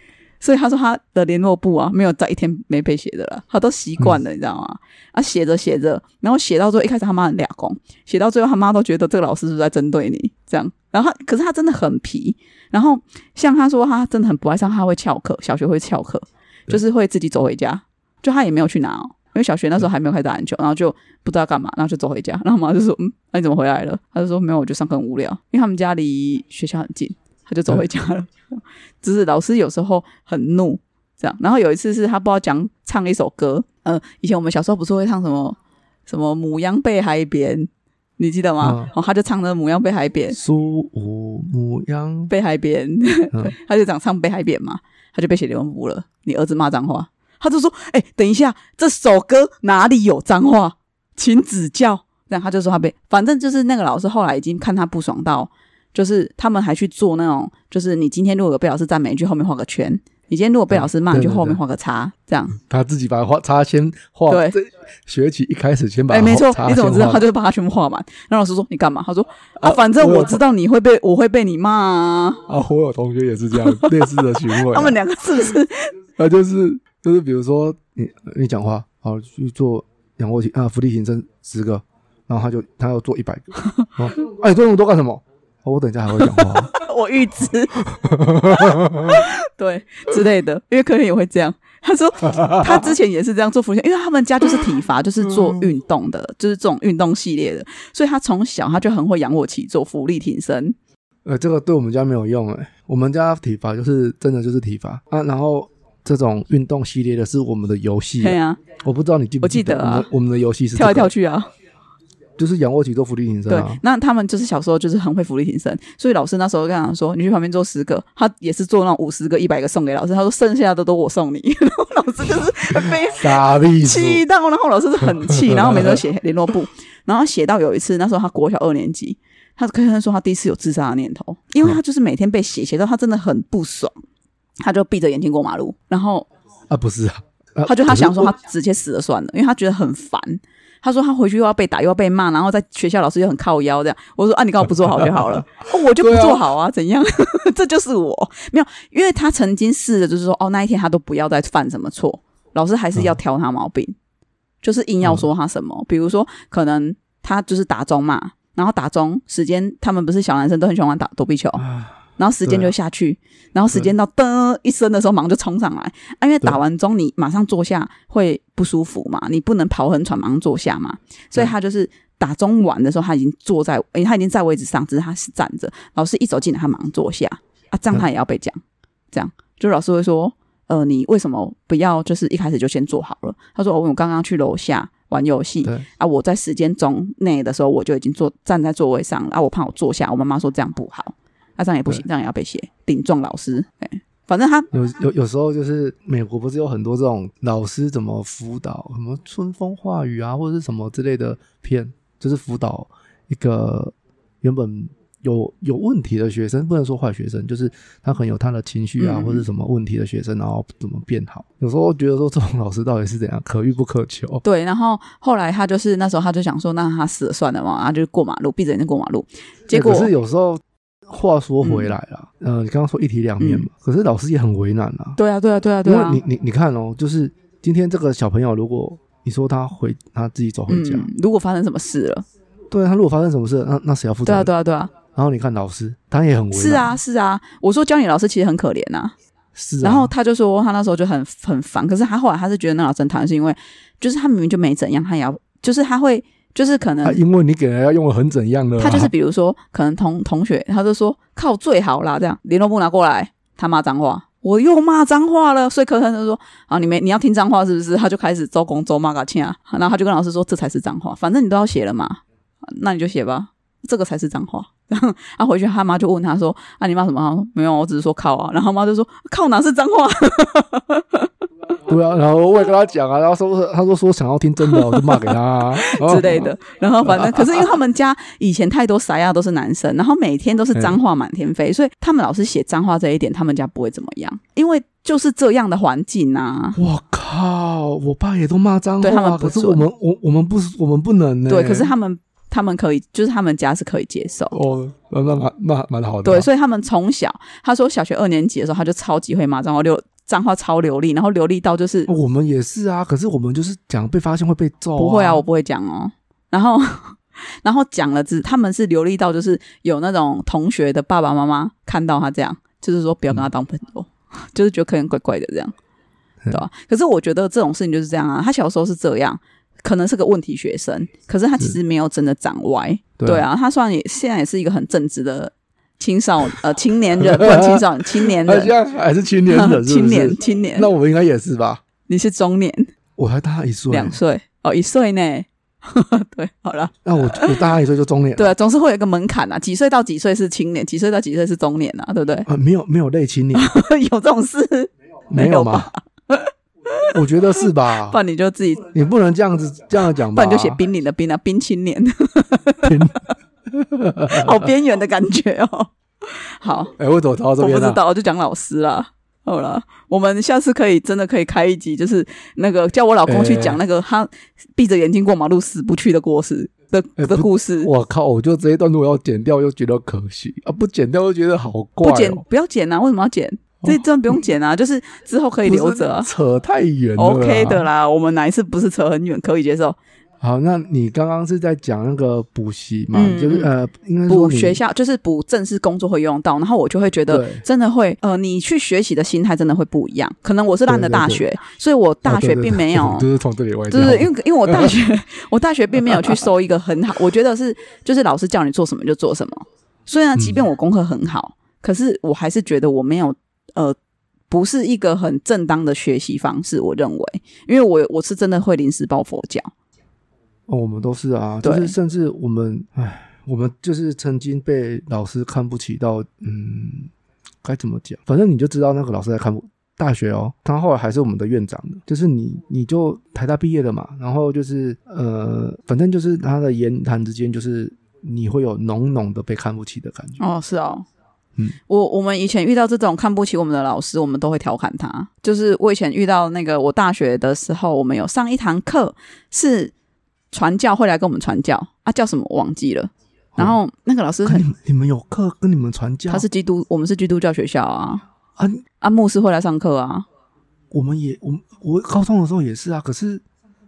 Speaker 1: 所以他说他的联络簿啊，没有在一天没被写的了，他都习惯了，
Speaker 2: 嗯
Speaker 1: 你知道吗？啊，写着写着，然后写到最后，一开始他妈很俩公，写到最后他妈都觉得这个老师是不是在针对你这样。然后他，可是他真的很皮。然后像他说，他真的很不爱上，他会翘课，小学会翘课，
Speaker 2: 对
Speaker 1: 就是会自己走回家，就他也没有去拿、哦，因为小学那
Speaker 2: 嗯
Speaker 1: 时候还没有开始打篮球，然后就不知道干嘛，然后就走回家。然后我妈就说：“嗯，那、你怎么回来了？”他就说：“没有，我就上课很无聊，因为他们家离学校很近，他就走
Speaker 2: 嗯
Speaker 1: 回家了。” [laughs] 只是老师有时候很怒，这样。然后有一次是他不知道讲唱一首歌，呃，以前我们小时候不是会唱什么什么母羊背海边，你记得吗？
Speaker 2: 嗯
Speaker 1: 然后、他就唱的母羊背海边，
Speaker 2: 苏武牧羊，
Speaker 1: 背海边，
Speaker 2: 嗯
Speaker 1: [laughs] 他就讲唱背海边嘛，他就被写联文部了。你儿子骂脏话，他就说：“哎、等一下，这首歌哪里有脏话，请指教。”然后他就说他被，反正就是那个老师后来已经看他不爽到，就是他们还去做那种，就是你今天如果有被老师赞美一句，后面画个圈；你今天如果被老师骂，
Speaker 2: 嗯
Speaker 1: 你
Speaker 2: 对
Speaker 1: 就
Speaker 2: 对
Speaker 1: 后面
Speaker 2: 对
Speaker 1: 画个叉，这样。
Speaker 2: 他自己把画插先画，
Speaker 1: 对
Speaker 2: 这学期一开始先把
Speaker 1: 哎、没错，
Speaker 2: 插
Speaker 1: 你怎么
Speaker 2: 先
Speaker 1: 知道？
Speaker 2: 画
Speaker 1: 他就把它全部画满。然后老师说：“你干嘛？”他说：“啊，
Speaker 2: 啊
Speaker 1: 反正
Speaker 2: 我有
Speaker 1: 我知道你会被，我会被你骂啊。
Speaker 2: 啊？我有同学也是这样 [laughs] 类似的行为啊、
Speaker 1: 他们两个是不是？
Speaker 2: 啊，就是就是，比如说你你讲话，好去做仰卧起啊，伏地挺身十个，然后他就他要做一百
Speaker 1: [laughs]
Speaker 2: 个，哦，哎，你做那么多干什么？哦我等一下还会讲话， [laughs]
Speaker 1: [laughs] 我预知，对之类的，因为客人也会这样。他
Speaker 2: [laughs]
Speaker 1: 说他之前也是这样做伏地挺身，因为他们家就是体罚，就是做运动
Speaker 2: 嗯
Speaker 1: 的，就是这种运动系列的，所以他从小他就很会仰卧起坐、浮力挺身。
Speaker 2: 呃，这个对我们家没有用哎、我们家体罚就是真的就是体罚啊，然后。这种运动系列的是我们的游戏啊、
Speaker 1: 对啊，
Speaker 2: 我不知道你记不记
Speaker 1: 我记得啊
Speaker 2: 我们我们的游戏是、
Speaker 1: 跳来跳，去啊，
Speaker 2: 就是仰卧起坐、伏地挺身
Speaker 1: 对
Speaker 2: 啊。。
Speaker 1: 那他们就是小时候就是很会浮力挺身，所以老师那时候跟他说：“你去旁边做十个。”他也是做那种五十个、一百个送给老师。他说：“剩下的都我送你。” [laughs] 然后老师就是非
Speaker 2: 傻逼鼠，
Speaker 1: 气到，然后老师是很
Speaker 2: [laughs]
Speaker 1: 气，然后每次都写联络簿，然后写到有一次，那时候他国小二年级，他跟他说他第一次有自杀的念头，因为他就是每天被写写到他真的很不爽，他就闭着眼睛过马路，然后
Speaker 2: 啊，不是啊，啊
Speaker 1: 他就他
Speaker 2: 可是
Speaker 1: 想说
Speaker 2: 我
Speaker 1: 他直接死了算了，因为他觉得很烦。他说他回去又要被打又要被骂，然后在学校老师又很靠腰这样。我说啊，你刚好不做好就
Speaker 2: [laughs]
Speaker 1: 好了，哦、我就不
Speaker 2: 对啊
Speaker 1: 做好啊，怎样？ [laughs] 这就是我没有，因为他曾经试着就是说哦，那一天他都不要再犯什么错，老师还是
Speaker 2: 嗯
Speaker 1: 要挑他毛病，就是硬要说他什么，比如说可能他就是打钟嘛，然后打钟时间，他们不是小男生都很喜欢玩打躲避球，然后时间就下去，然后时间到噔一声的时候，马上就冲上来啊！因为打完钟你马上坐下会不舒服嘛，你不能跑很喘马上坐下嘛，所以他就是打钟完的时候，他已经坐在，诶他已经在位置上，只是他是站着。老师一走进来，他马上坐下啊，这样他也要被讲，这样就老师会说，呃，你为什么不要就是一开始就先做好了？他说，哦，我刚刚去楼下玩游戏，
Speaker 2: 对
Speaker 1: 啊，我在时间钟内的时候，我就已经坐站在座位上了啊，我怕我坐下，我妈妈说这样不好，啊，这样也不行，
Speaker 2: 对
Speaker 1: 这样也要被写顶撞老师，哎、反正他
Speaker 2: 有有有时候就是美国不是有很多这种老师怎么辅导什么春风化雨啊，或者是什么之类的片，就是辅导一个原本有有问题的学生，不能说坏学生，就是他很有他的情绪啊，
Speaker 1: 嗯
Speaker 2: 或是什么问题的学生，然后怎么变好？有时候觉得说这种老师到底是怎样，可遇不可求。
Speaker 1: 对，然后后来他就是那时候他就想说，那他死了算了嘛，然后就过马路，闭着眼睛过马路。 [laughs] 结
Speaker 2: 欸
Speaker 1: 果嗯
Speaker 2: 可是有时候话说回来啦，呃，你刚刚说一体两面嘛，可是老师也很为难啊，
Speaker 1: 对啊，对啊，对啊，
Speaker 2: 因
Speaker 1: 对
Speaker 2: 为
Speaker 1: 啊，
Speaker 2: 你你你看哦，就是今天这个小朋友，如果你说他回他自己走回家，
Speaker 1: 嗯，如果发生什么事了，
Speaker 2: 对啊他如果发生什么事，那那谁要负责
Speaker 1: 对啊，
Speaker 2: 任？
Speaker 1: 对啊，对啊，
Speaker 2: 然后你看老师，他也很为难，
Speaker 1: 是啊，是啊。我说教你老师其实很可怜呐、
Speaker 2: 是啊，
Speaker 1: 然后他就说他那时候就很很烦，可是他后来他是觉得那老师很讨厌，是因为就是他明明就没怎样，他也要就是他会就是可能
Speaker 2: 啊因为你给人家用的很怎样的、啊，
Speaker 1: 嗯他就是比如说，可能同同学，他就说靠最好啦，这样联络簿拿过来，他骂脏话，我又骂脏话了，所以柯晨就说啊，你没你要听脏话是不是？他就开始周公周骂个欠啊，然后他就跟老师说这才是脏话，反正你都要写了嘛， [laughs] 那你就写吧， [laughs] 这个才是脏话。然后他回去，他妈就问他说啊，你骂什么？他说没有，我只是说靠啊。然后他妈就说靠哪是脏话？
Speaker 2: 对啊，然后我也跟他讲啊，然后说他说说想要听真的，我就骂给他、
Speaker 1: [laughs]
Speaker 2: 啊、然后
Speaker 1: 之类的。然后反正，可是因为他们家以前太多撒亚都是男生，然后每天都是脏话满天飞，所以他们老是写脏话这一点，他们家不会怎么样，因为就是这样的环境啊。
Speaker 2: 我靠，我爸也都骂脏话，
Speaker 1: 对他们不
Speaker 2: 可是
Speaker 1: 准
Speaker 2: 我们我我们不我们不能呢、
Speaker 1: 对，可是他们他们可以，就是他们家是可以接受。
Speaker 2: 哦，那那蛮那蛮好的啊、
Speaker 1: 对，所以他们从小，他说小学二年级的时候，他就超级会骂脏话，流脏话超流利，然后流利到就是
Speaker 2: 我们也是啊，可是我们就是讲被发现会被揍、
Speaker 1: 不会啊，我不会讲哦。 [laughs] 然后，然后讲了之，他们是流利到就是有那种同学的爸爸妈妈看到他这样，就是说不要跟他当朋友，
Speaker 2: 嗯
Speaker 1: [laughs] 就是觉得可能怪怪的这样，对吧、可是我觉得这种事情就是这样啊，他小时候是这样。可能是个问题学生，可是他其实没有真的长歪，
Speaker 2: 对
Speaker 1: 对啊，他虽然也现在也是一个很正直的青少 [laughs] 呃青
Speaker 2: [laughs]
Speaker 1: 年人，不能青少年，青年
Speaker 2: 他啊现
Speaker 1: 人，
Speaker 2: 在还是青年
Speaker 1: [laughs]
Speaker 2: 人，是
Speaker 1: 青
Speaker 2: 不是
Speaker 1: 年青年
Speaker 2: 那，我们应该也是吧？
Speaker 1: 你是中年
Speaker 2: 我还大他一岁，
Speaker 1: 两岁哦，一岁呢， [laughs] 对，好了。
Speaker 2: 那我我大他一岁就中年，
Speaker 1: 对，总是会有一个门槛啊，几岁到几岁是青年，几岁到几岁是中年啊，对不 [laughs] 对？
Speaker 2: 啊，没有没有类
Speaker 1: [laughs]
Speaker 2: 青年，
Speaker 1: 有这种事，没有
Speaker 2: 有吗？ [laughs] 我觉得是吧
Speaker 1: [laughs] 不？然你就自己，不
Speaker 2: 你不能这样子这样讲吧？
Speaker 1: 然你就写冰岭的冰啊，冰
Speaker 2: [laughs]
Speaker 1: 青年，好边缘的感觉哦。
Speaker 2: [laughs]
Speaker 1: 好，
Speaker 2: 哎，我怎么逃到
Speaker 1: 我
Speaker 2: 这
Speaker 1: 不
Speaker 2: 边
Speaker 1: 知
Speaker 2: 了？
Speaker 1: 道，我就讲老师啦。好了，我们下次可以真的可以开一集，就是那个叫我老公去讲那
Speaker 2: 哎
Speaker 1: 个他闭着眼睛过马路死不去的故事的
Speaker 2: 哎
Speaker 1: 的
Speaker 2: 不
Speaker 1: 故事。
Speaker 2: 我靠！我就这一段如果要剪掉，又觉得可惜啊；不剪掉又觉得好怪、
Speaker 1: 不
Speaker 2: 哦。
Speaker 1: 剪不要剪啊，为什么要剪？这段不用剪啊，就是之后可以
Speaker 2: 不是
Speaker 1: 留着啊。
Speaker 2: 扯太远了啦。
Speaker 1: OK 的啦，我们哪一次不是扯很远，可以接受？
Speaker 2: 好，那你刚刚是在讲那个补习嘛？
Speaker 1: 嗯
Speaker 2: 就是呃，应该说
Speaker 1: 补
Speaker 2: 你
Speaker 1: 学校就是补正式工作会用到，然后我就会觉得
Speaker 2: 对
Speaker 1: 真的会，呃，你去学习的心态真的会不一样。可能我是烂的大学，所以我大学并没有
Speaker 2: 啊对对对， [laughs] 就是从这里歪掉。
Speaker 1: 就是因为因为我大学
Speaker 2: [laughs]
Speaker 1: 我大学并没有去收一个很好，我觉得是就是老师叫你做什么就做什么。虽
Speaker 2: 嗯
Speaker 1: 然即便我功课很好，可是我还是觉得我没有呃。不是一个很正当的学习方式，我认为，因为我我是真的会临时抱佛脚，
Speaker 2: 哦，我们都是啊，
Speaker 1: 对
Speaker 2: 就是甚至我们，唉，我们就是曾经被老师看不起到，嗯，该怎么讲？反正你就知道那个老师在看不。大学哦，他后来还是我们的院长的，就是你，你就台大毕业的嘛，然后就是呃，反正就是他的言谈之间，就是你会有浓浓的被看不起的感觉。
Speaker 1: 哦，是哦。
Speaker 2: 嗯，
Speaker 1: 我我们以前遇到这种看不起我们的老师，我们都会调侃他。就是我以前遇到那个，我大学的时候，我们有上一堂课是传教会来跟我们传教啊，叫什么我忘记了。
Speaker 2: 哦
Speaker 1: 然后那个老师
Speaker 2: 跟
Speaker 1: 很
Speaker 2: 你，们你们有课跟你们传教，
Speaker 1: 他是基督，我们是基督教学校啊，
Speaker 2: 啊，
Speaker 1: 啊牧师会来上课啊，
Speaker 2: 我们也我们我高中的时候也是啊，可是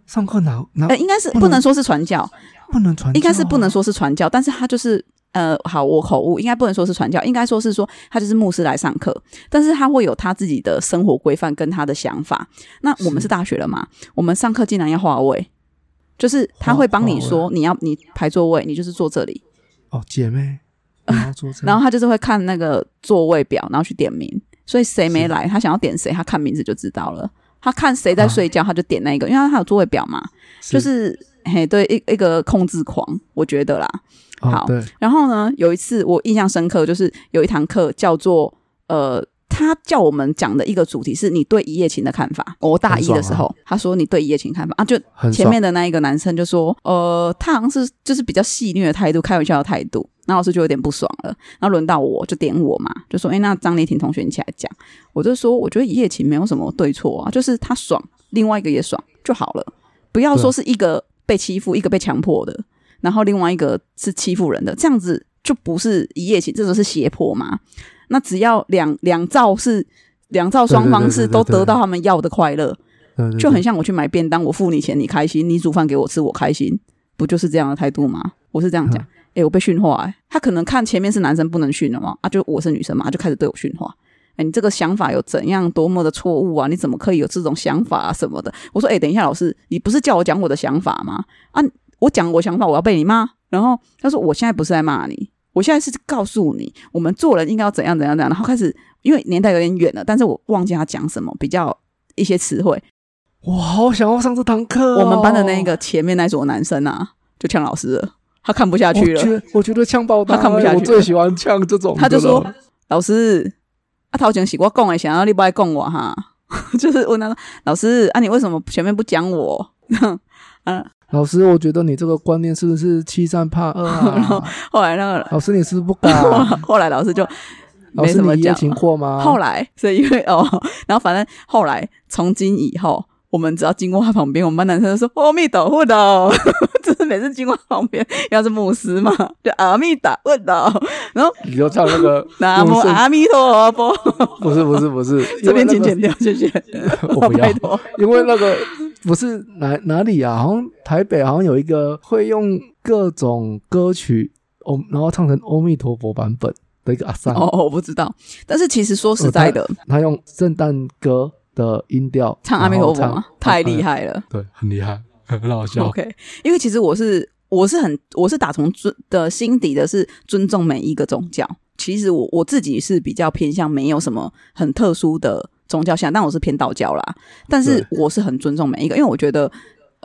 Speaker 2: 上课哪哪、
Speaker 1: 呃，应该是
Speaker 2: 不能
Speaker 1: 不能说是传教，
Speaker 2: 不能传、啊
Speaker 1: 应该是不能。说是传教，但是他就是呃，好，我口误，应该不能说是传教，应该说是说他就是牧师来上课，但是他会有他自己的生活规范跟他的想法。那我们
Speaker 2: 是
Speaker 1: 是大学了嘛，我们上课竟然要划位，就是他会帮你
Speaker 2: 划
Speaker 1: 说你要你排座位，你就是坐这里，
Speaker 2: 哦，姐妹，你要做这个，
Speaker 1: [laughs] 然后他就是会看那个座位表，然后去点名，所以谁没来，他想要点谁，他看名字就知道了。他看谁
Speaker 2: 啊
Speaker 1: 在睡觉，他就点那个，因为他有座位表嘛，就是嘿，对，一一个控制狂，我觉得啦。
Speaker 2: 哦
Speaker 1: 好
Speaker 2: 对，
Speaker 1: 然后呢，有一次我印象深刻，就是有一堂课叫做呃，他叫我们讲的一个主题是你对一夜情的看法。哦我大一的时候，他说你对一夜情看法啊，就
Speaker 2: 很
Speaker 1: 前
Speaker 2: 爽
Speaker 1: 面的那一个男生就说，呃，他好像是就是比较戏谑的态度，开玩笑的态度。那老师就有点不爽了。然后轮到我就点我嘛，就说：“哎、那张丽婷同学你起来讲。”我就说：“我觉得一夜情没有什么对错啊，就是他爽，另外一个也爽就好了，不要说是一个被欺负，一个被强迫的，然后另外一个是欺负人的，这样子就不是一夜情，这就是胁迫嘛。那只要两两造是两造双方是
Speaker 2: 对对对对
Speaker 1: 都
Speaker 2: 对
Speaker 1: 得到他们要的快乐，
Speaker 2: 对对
Speaker 1: 就很
Speaker 2: 对
Speaker 1: 像我去买便当，我付你钱，你开心；你煮饭给我吃，我开心，不就是这样的态度吗？我是这样讲。
Speaker 2: 嗯
Speaker 1: 诶，我被训话、诶，他可能看前面是男生不能训了嘛，啊，就我是女生嘛，他就开始对我训话。诶，你这个想法有怎样多么的错误啊？你怎么可以有这种想法啊什么的？我说，诶，等一下，老师，你不是叫我讲我的想法吗？啊，我讲我想法，我要被你骂。然后他说，我现在不是在骂你，我现在是告诉你，我们做人应该要怎样怎样怎样。然后开始，因为年代有点远了，但是我忘记他讲什么，比较一些词汇。
Speaker 2: 我好想要上这堂课哦、
Speaker 1: 我们班的那个前面那组男生啊，就呛老师了，他看不下去
Speaker 2: 我觉
Speaker 1: 了，
Speaker 2: 得我觉得呛爆
Speaker 1: 他看不下去
Speaker 2: 我最喜欢呛这种的了。
Speaker 1: 他就说：“老师，啊，头前是我讲的，想要你不爱讲我哈。” [laughs] 就是问他说：“老师，啊，你为什么前面不讲我？”嗯，
Speaker 2: 老师，我觉得你这个观念是不是欺善怕恶
Speaker 1: [laughs]
Speaker 2: 啊？
Speaker 1: 后来那
Speaker 2: [laughs]
Speaker 1: 个 [laughs]
Speaker 2: 老师，你是不是不敢啊、
Speaker 1: 后来老师就
Speaker 2: 老
Speaker 1: [laughs] 没
Speaker 2: 师，
Speaker 1: 什么
Speaker 2: 你一夜
Speaker 1: 讲
Speaker 2: 情
Speaker 1: 了。
Speaker 2: 过吗？
Speaker 1: 后来是因为哦，然后反正后来从今以后，我们只要经过他旁边，我们班男生就说“阿弥陀佛”， [laughs] 就是每次经过他旁边，因为他是牧师嘛，就“阿弥陀佛”，然后
Speaker 2: 你就唱那
Speaker 1: [laughs]
Speaker 2: 个
Speaker 1: 南无阿弥陀佛，
Speaker 2: 不是不是不是，
Speaker 1: [laughs] 这边请
Speaker 2: 因为
Speaker 1: 剪掉，谢谢。
Speaker 2: 那
Speaker 1: [laughs]
Speaker 2: 个 [laughs] 我不要
Speaker 1: 哦拜，托，
Speaker 2: 因为那个不是哪哪里啊？好像台北好像有一个会用各种歌曲，哦，然后唱成阿弥陀佛版本的一个阿桑，
Speaker 1: 哦，我不知道。但是其实说实在的，
Speaker 2: 啊哦他用圣诞歌的音调
Speaker 1: 唱阿弥陀佛
Speaker 2: 然后
Speaker 1: 嘛
Speaker 2: 唱，嗯
Speaker 1: 太厉害哦了。
Speaker 2: 对，很厉害，很好
Speaker 1: OK，因为其实我是我是很我是打从尊的心底的是尊重每一个宗教。其实我我自己是比较偏向没有什么很特殊的宗教像，但我是偏道教啦。但是我是很尊重每一个，因为我觉得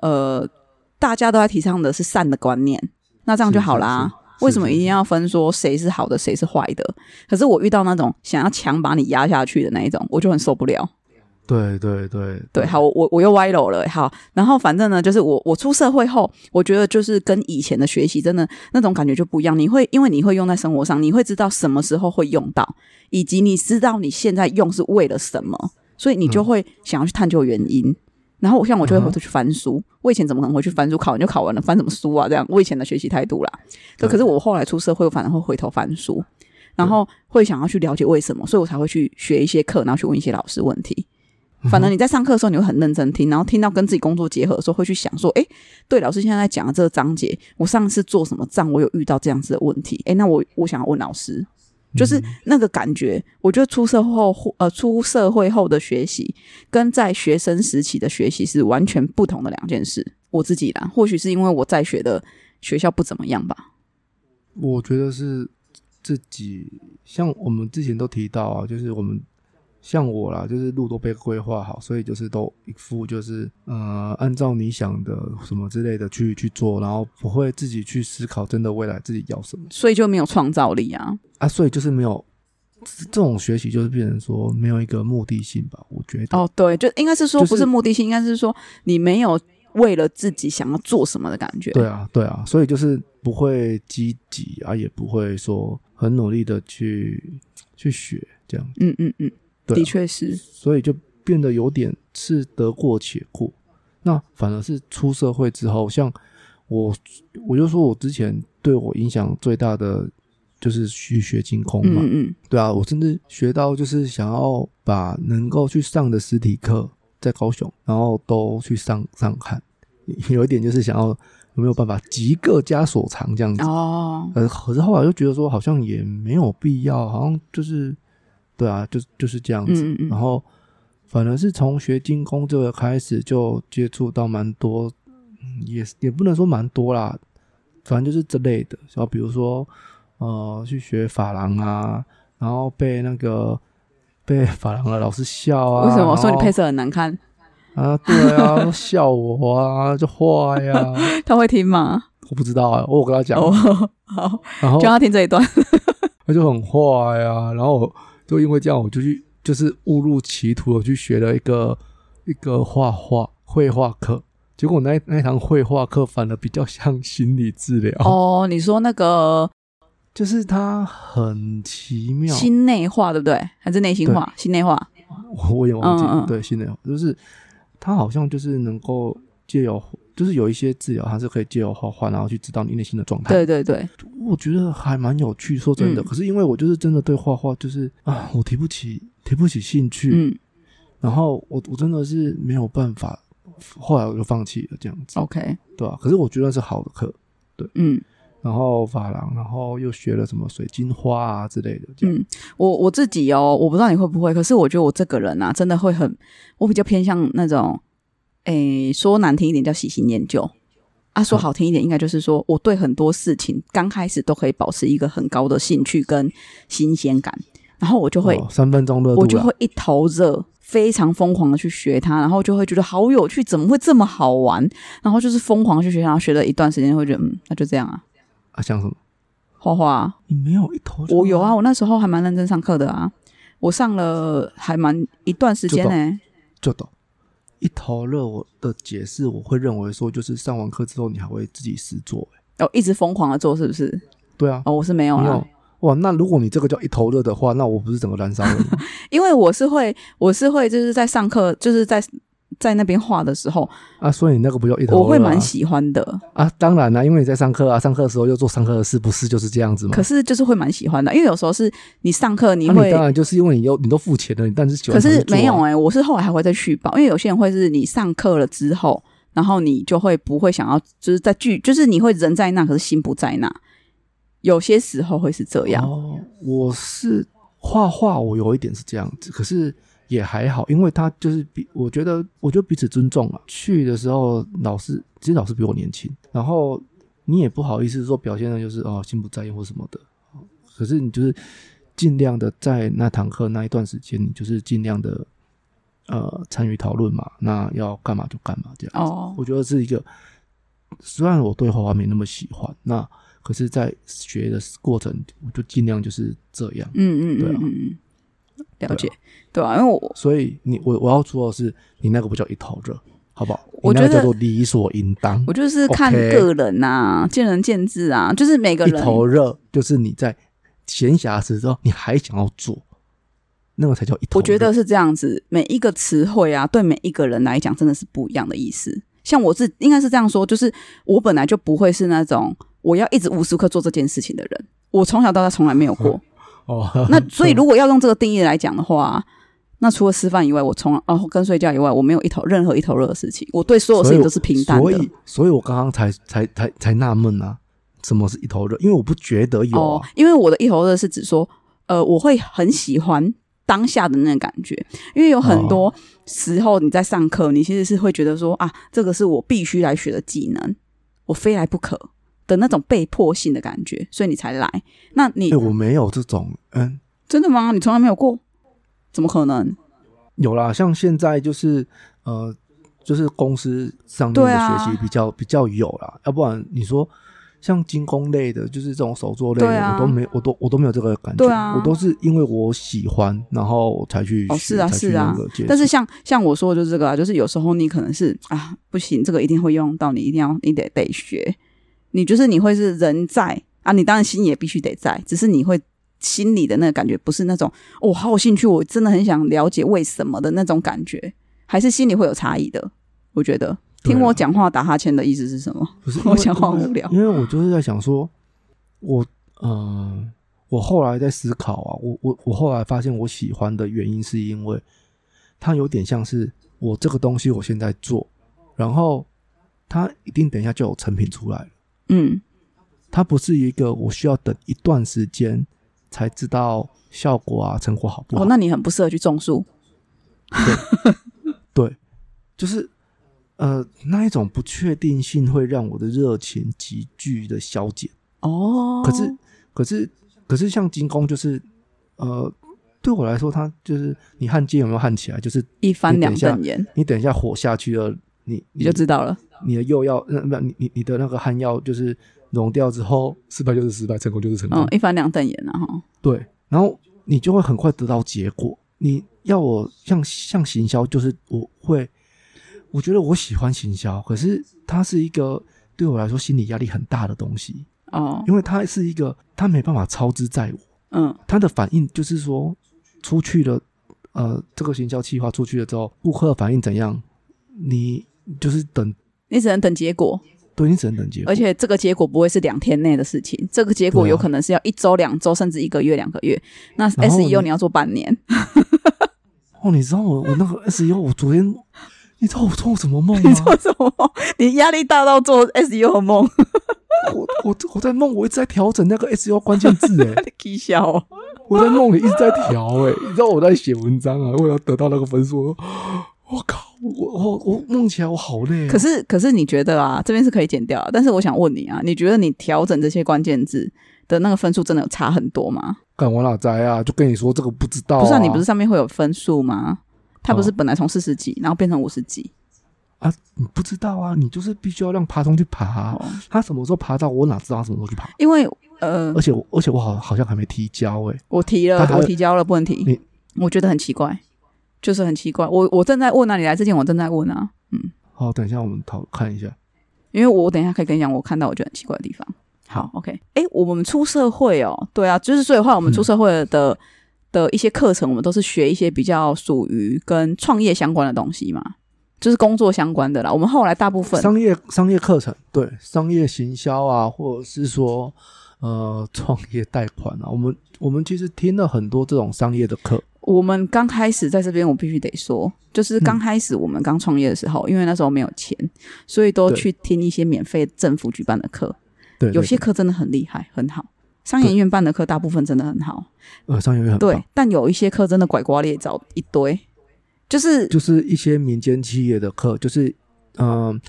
Speaker 1: 呃，大家都在提倡的是善的观念，那这样就好啦。
Speaker 2: 是是是
Speaker 1: 为什么一定要分说谁是好的，谁是坏的？可是我遇到那种想要强把你压下去的那一种，我就很受不了。
Speaker 2: 对对对
Speaker 1: 对，好，我我我又歪楼了，欸好，然后反正呢，就是我我出社会后，我觉得就是跟以前的学习真的那种感觉就不一样。你会因为你会用在生活上，你会知道什么时候会用到，以及你知道你现在用是为了什么，所以你
Speaker 2: 嗯
Speaker 1: 就会想要去探究原因。然后我像我就会回头去翻书，我以前怎么可能回去翻书？考完就考完了，翻什么书啊？这样我以前的学习态度啦。可
Speaker 2: 对
Speaker 1: 可是我后来出社会，我反而会回头翻书，然后会想要去了解为什么，所以我才会去学一些课，然后去问一些老师问题。反正你在上课的时候，你会很认真听，然后听到跟自己工作结合的时候，会去想说，诶，对，老师现在在讲的这个章节，我上次做什么账，我有遇到这样子的问题，诶，那我我想要问老师，就是那个感觉，我觉得出社会后，呃，出社会后的学习跟在学生时期的学习是完全不同的两件事。我自己啦，或许是因为我在学的学校不怎么样吧，
Speaker 2: 我觉得是自己，像我们之前都提到啊，就是我们像我啦，就是路都被规划好，所以就是都一副就是呃，按照你想的什么之类的去去做，然后不会自己去思考真的未来自己要什么
Speaker 1: 所以就没有创造力啊。
Speaker 2: 啊，所以就是没有这这种学习，就是变成说没有一个目的性吧，我觉得。
Speaker 1: 哦，对，就应该是说
Speaker 2: 就是
Speaker 1: 不是目的性，应该是说你没有为了自己想要做什么的感觉。
Speaker 2: 对啊，对啊，所以就是不会积极啊，也不会说很努力的去去学这样，
Speaker 1: 嗯嗯嗯，
Speaker 2: 对啊
Speaker 1: 的确是。
Speaker 2: 所以就变得有点是得过且过。那反而是出社会之后，像我，我就说我之前对我影响最大的就是去学精空
Speaker 1: 嗯
Speaker 2: 嘛，
Speaker 1: 嗯嗯，
Speaker 2: 对啊，我甚至学到就是想要把能够去上的实体课在高雄，然后都去上上看，有一点就是想要有没有办法集各家所长这样子。
Speaker 1: 哦，
Speaker 2: 呃，可是后来又觉得说好像也没有必要，好像就是对啊，就就是这样子。
Speaker 1: 嗯嗯嗯
Speaker 2: 然后反而是从学精工这个开始，就接触到蛮多，嗯也是也不能说蛮多啦，反正就是这类的。然后比如说呃，去学法郎啊，然后被那个被法郎的老师笑啊，
Speaker 1: 为什么我说
Speaker 2: 然
Speaker 1: 你
Speaker 2: 后
Speaker 1: 配色很难看？
Speaker 2: 啊？对啊，都笑我啊，就坏呀、
Speaker 1: [laughs] 他会听吗？ [laughs]
Speaker 2: 我不知道啊，我有跟他讲，
Speaker 1: 哦，好，
Speaker 2: 然后
Speaker 1: 就让他听这一段。
Speaker 2: 他就很坏啊，然后我就因为这样，我就去就是误入歧途，我去学了一个一个画画绘画课，结果
Speaker 1: 哦
Speaker 2: 那一那一堂绘画课反而比较像心理治疗。
Speaker 1: 哦，你说那个
Speaker 2: [laughs] 就是它很奇妙，
Speaker 1: 心内化对不对？还是内心化？心内化，
Speaker 2: 我我也忘记了，
Speaker 1: 嗯嗯
Speaker 2: 对，心内就是它好像就是能够借由，就是有一些治疗，它是可以借由画画，然后去知道你内心的状态。
Speaker 1: 对对对，
Speaker 2: 我觉得还蛮有趣，说真的。
Speaker 1: 嗯
Speaker 2: 可是因为我就是真的对画画就是啊，我提不起提不起兴趣，
Speaker 1: 嗯
Speaker 2: 然后我我真的是没有办法，后来我就放弃了这样子，
Speaker 1: ，OK，
Speaker 2: 对啊吧、可是我觉得是好的课，
Speaker 1: 嗯
Speaker 2: 然后发廊，然后又学了什么水晶花啊之类的，这样、
Speaker 1: 嗯，我我自己哦，我不知道你会不会，可是我觉得我这个人啊，真的会很，我比较偏向那种，诶，说难听一点叫喜新厌旧。啊，
Speaker 2: 嗯
Speaker 1: 说好听一点，应该就是说我对很多事情刚开始都可以保持一个很高的兴趣跟新鲜感，然后我就会
Speaker 2: 哦、三分钟热
Speaker 1: 我
Speaker 2: 度
Speaker 1: 就
Speaker 2: 啦
Speaker 1: 会一头热，非常疯狂的去学它，然后就会觉得好有趣，怎么会这么好玩？然后就是疯狂地去学它，然后学了一段时间，会觉得嗯，那就这样啊，
Speaker 2: 啊，想什么？
Speaker 1: 画画啊、
Speaker 2: 你没有一头就
Speaker 1: 我有啊，我那时候还蛮认真上课的啊，我上了还蛮一段时间呢、
Speaker 2: 就懂。一头热，我的解释我会认为说，就是上完课之后你还会自己实做、欸
Speaker 1: 哦，一直疯狂的做是不是？
Speaker 2: 对啊，
Speaker 1: 哦，我是没有
Speaker 2: 你
Speaker 1: 啦
Speaker 2: 有，哇，那如果你这个叫一头热的话，那我不是整个燃烧了
Speaker 1: [laughs]
Speaker 2: 吗？
Speaker 1: 因为我是会，我是会就是在上课，就是在在那边画的时候，
Speaker 2: 啊，所以你那个不叫一头热、啊，
Speaker 1: 我会蛮喜欢的，
Speaker 2: 啊，当然啦、因为你在上课啊，上课的时候又做上课的事，不是就是这样子吗？
Speaker 1: 可是就是会蛮喜欢的，因为有时候是你上课你
Speaker 2: 那
Speaker 1: 会
Speaker 2: 啊你当然就是因为你又你都付钱了，你当然是喜
Speaker 1: 可
Speaker 2: 欢才
Speaker 1: 是
Speaker 2: 去做啊、
Speaker 1: 没有哎、我是后来还会再续报，因为有些人会是你上课了之后，然后你就会不会想要，就是在聚，就是你会人在那，可是心不在那。有些时候会是这样，
Speaker 2: 哦，我是画画，我有一点是这样子，可是也还好，因为他就是比我觉得，我觉得彼此尊重啊。去的时候，老师其实老师比我年轻，然后你也不好意思说表现的就是哦心不在焉或什么的，可是你就是尽量的在那堂课那一段时间，你就是尽量的呃参与讨论嘛，那要干嘛就干嘛这样子。
Speaker 1: 哦
Speaker 2: 我觉得是一个，虽然我对画画没那么喜欢，那可是，在学的过程，我就尽量就是这样。
Speaker 1: 嗯嗯
Speaker 2: 对
Speaker 1: 嗯
Speaker 2: 啊
Speaker 1: 嗯嗯，了
Speaker 2: 对啊
Speaker 1: 解，对啊，因为我
Speaker 2: 所以你我我要说的是，你那个不叫一头热，好不好？
Speaker 1: 我
Speaker 2: 你那个
Speaker 1: 觉得
Speaker 2: 叫做理所应当
Speaker 1: 我。就是看
Speaker 2: OK
Speaker 1: 个人呐、见仁见智啊，就是每个
Speaker 2: 一
Speaker 1: 人
Speaker 2: 头热就是你在闲暇时之后，你还想要做，那个才叫一头热。
Speaker 1: 我觉得是这样子，每一个词汇啊，对每一个人来讲真的是不一样的意思。像我自应该是这样说，就是我本来就不会是那种我要一直无时无刻做这件事情的人，我从小到大从来没有过。
Speaker 2: 哦，
Speaker 1: 那
Speaker 2: [laughs]
Speaker 1: 所以如果要用这个定义来讲的话，那除了吃饭以外，我从哦跟睡觉以外，我没有一头任何一头热的事情，我对所有事情都是平淡
Speaker 2: 所
Speaker 1: 的。
Speaker 2: 以所以我刚刚才才才才纳闷啊，什么是一头热？因为我不觉得有
Speaker 1: 哦
Speaker 2: 啊。，
Speaker 1: 因为我的一头热是指说，呃，我会很喜欢当下的那个感觉，因为有很
Speaker 2: 哦
Speaker 1: 多时候你在上课，你其实是会觉得说啊，这个是我必须来学的技能，我非来不可的那种被迫性的感觉，所以你才来。那你
Speaker 2: 哎、我没有这种，嗯，
Speaker 1: 真的吗？你从来没有过？怎么可能？
Speaker 2: 有啦，像现在就是呃，就是公司上面
Speaker 1: 对
Speaker 2: 的
Speaker 1: 啊
Speaker 2: 学习比较、比较有啦，要不然你说像精工类的，就是这种手作类的，
Speaker 1: 对啊
Speaker 2: 我都没，我都我都没有这个感觉，
Speaker 1: 对啊
Speaker 2: 我都是因为我喜欢，然后我才去学、
Speaker 1: 哦是啊
Speaker 2: 才去
Speaker 1: 是啊
Speaker 2: 那个接触
Speaker 1: 但是像像我说的就是这个啊，就是有时候你可能是啊不行，这个一定会用到，你一定要你得得学，你就是你会是人在啊，你当然心也必须得在，只是你会心里的那个感觉不是那种哦我好有兴趣，我真的很想了解为什么的那种感觉，还是心里会有差异的。我觉得
Speaker 2: 对啊
Speaker 1: 听我讲话打哈欠的意思是什么？
Speaker 2: 不是因
Speaker 1: 我
Speaker 2: 为
Speaker 1: 讲话
Speaker 2: 因为
Speaker 1: 无聊
Speaker 2: 因为我就是在想说，我嗯、我后来在思考啊，我我我后来发现我喜欢的原因是因为它有点像是我这个东西我现在做，然后它一定等一下就有成品出来了，
Speaker 1: 嗯
Speaker 2: 它不是一个我需要等一段时间才知道效果啊成果好不好
Speaker 1: 哦，，那你很不适合去种树。
Speaker 2: 对，就是呃那一种不确定性会让我的热情急剧的消减。
Speaker 1: 哦，
Speaker 2: 可是，可是，可是，像精工就是，呃，对我来说，它就是你焊接有没有焊起来，就是
Speaker 1: 一翻两
Speaker 2: 你等一下
Speaker 1: 瞪眼
Speaker 2: 你等一下火下去了，你
Speaker 1: 你
Speaker 2: 你
Speaker 1: 就知道了。
Speaker 2: 你的釉药，呃那不，你你你的那个焊药就是溶掉之后，失败就是失败，成功就是成功，
Speaker 1: 嗯，一翻两瞪眼啊、哈。
Speaker 2: 对，然后你就会很快得到结果。你要我像像行销，就是我会，我觉得我喜欢行销，可是它是一个对我来说心理压力很大的东西。
Speaker 1: 哦，
Speaker 2: 因为他是一个他没办法操之在我，
Speaker 1: 嗯
Speaker 2: 他的反应就是说出去了，呃，这个行销计划出去了之后，顾客反应怎样，你就是等，
Speaker 1: 你只能等结果，
Speaker 2: 对你只能等结果
Speaker 1: 而。且这个结果不会是两天内的事情，这个结果
Speaker 2: 对啊
Speaker 1: 有可能是要一周、两周，甚至一个月、两个月。那
Speaker 2: 然后
Speaker 1: S E O
Speaker 2: 你
Speaker 1: 你要做半年， [laughs]
Speaker 2: 哦，你知道我我那个 S E O，我昨天你知道我做什么梦吗
Speaker 1: 你？做什么？你压力大到做 S E O 的梦， [laughs]
Speaker 2: 我我我在梦，我一直在调整那个 S E O 关键
Speaker 1: [laughs]
Speaker 2: 字，哎，
Speaker 1: 气笑哦。
Speaker 2: 我在梦里一直在调，哎，你知道我在写文章啊，为了得到那个分数， [gasps] 我靠，我我我梦起来我好累哦。
Speaker 1: 可是，可是你觉得啊，这边是可以减掉的，但是我想问你啊，你觉得你调整这些关键字的那个分数真的有差很多吗？
Speaker 2: 干我哪宅啊？就跟你说这个不知道、啊，
Speaker 1: 不是、啊，你不是上面会有分数吗？它不是
Speaker 2: 哦
Speaker 1: 本来从四十几，然后变成五十几。
Speaker 2: 啊，你不知道啊，你就是必须要让爬虫去爬、啊
Speaker 1: 哦
Speaker 2: 他什么时候爬到，我哪知道他什么时候去爬？
Speaker 1: 因为呃
Speaker 2: 而，且我，而且我好好像还没提交哎、
Speaker 1: 我提了
Speaker 2: 他，还
Speaker 1: 我提交了，不能提
Speaker 2: 你。
Speaker 1: 我觉得很奇怪，就是很奇怪。我我正在问啊，你来之前我正在问啊，嗯，
Speaker 2: 好，等一下我们讨看一下。
Speaker 1: 因为我等一下可以跟你讲，我看到我觉得很奇怪的地方。好，OK，哎、我们出社会哦，对啊，就是所以话我们出社会
Speaker 2: 嗯
Speaker 1: 的、的一些课程，我们都是学一些比较属于跟创业相关的东西嘛，就是工作相关的啦。我们后来大部分
Speaker 2: 商业商业课程，对商业行销啊，或者是说呃创业贷款啊，我们我们其实听了很多这种商业的课，
Speaker 1: 我们刚开始在这边，我必须得说，就是刚开始我们刚创业的时候，因为那时候没有钱，所以都
Speaker 2: 嗯对
Speaker 1: 去听一些免费政府举办的课，
Speaker 2: 对，
Speaker 1: 有
Speaker 2: 对
Speaker 1: 些
Speaker 2: 对
Speaker 1: 课真的很厉害，很好。商研院办的课大部分真的很好，
Speaker 2: 呃商业也很棒
Speaker 1: 对，，但有一些课真的拐瓜裂枣一堆，就是
Speaker 2: 就是一些民间企业的课，就是嗯、呃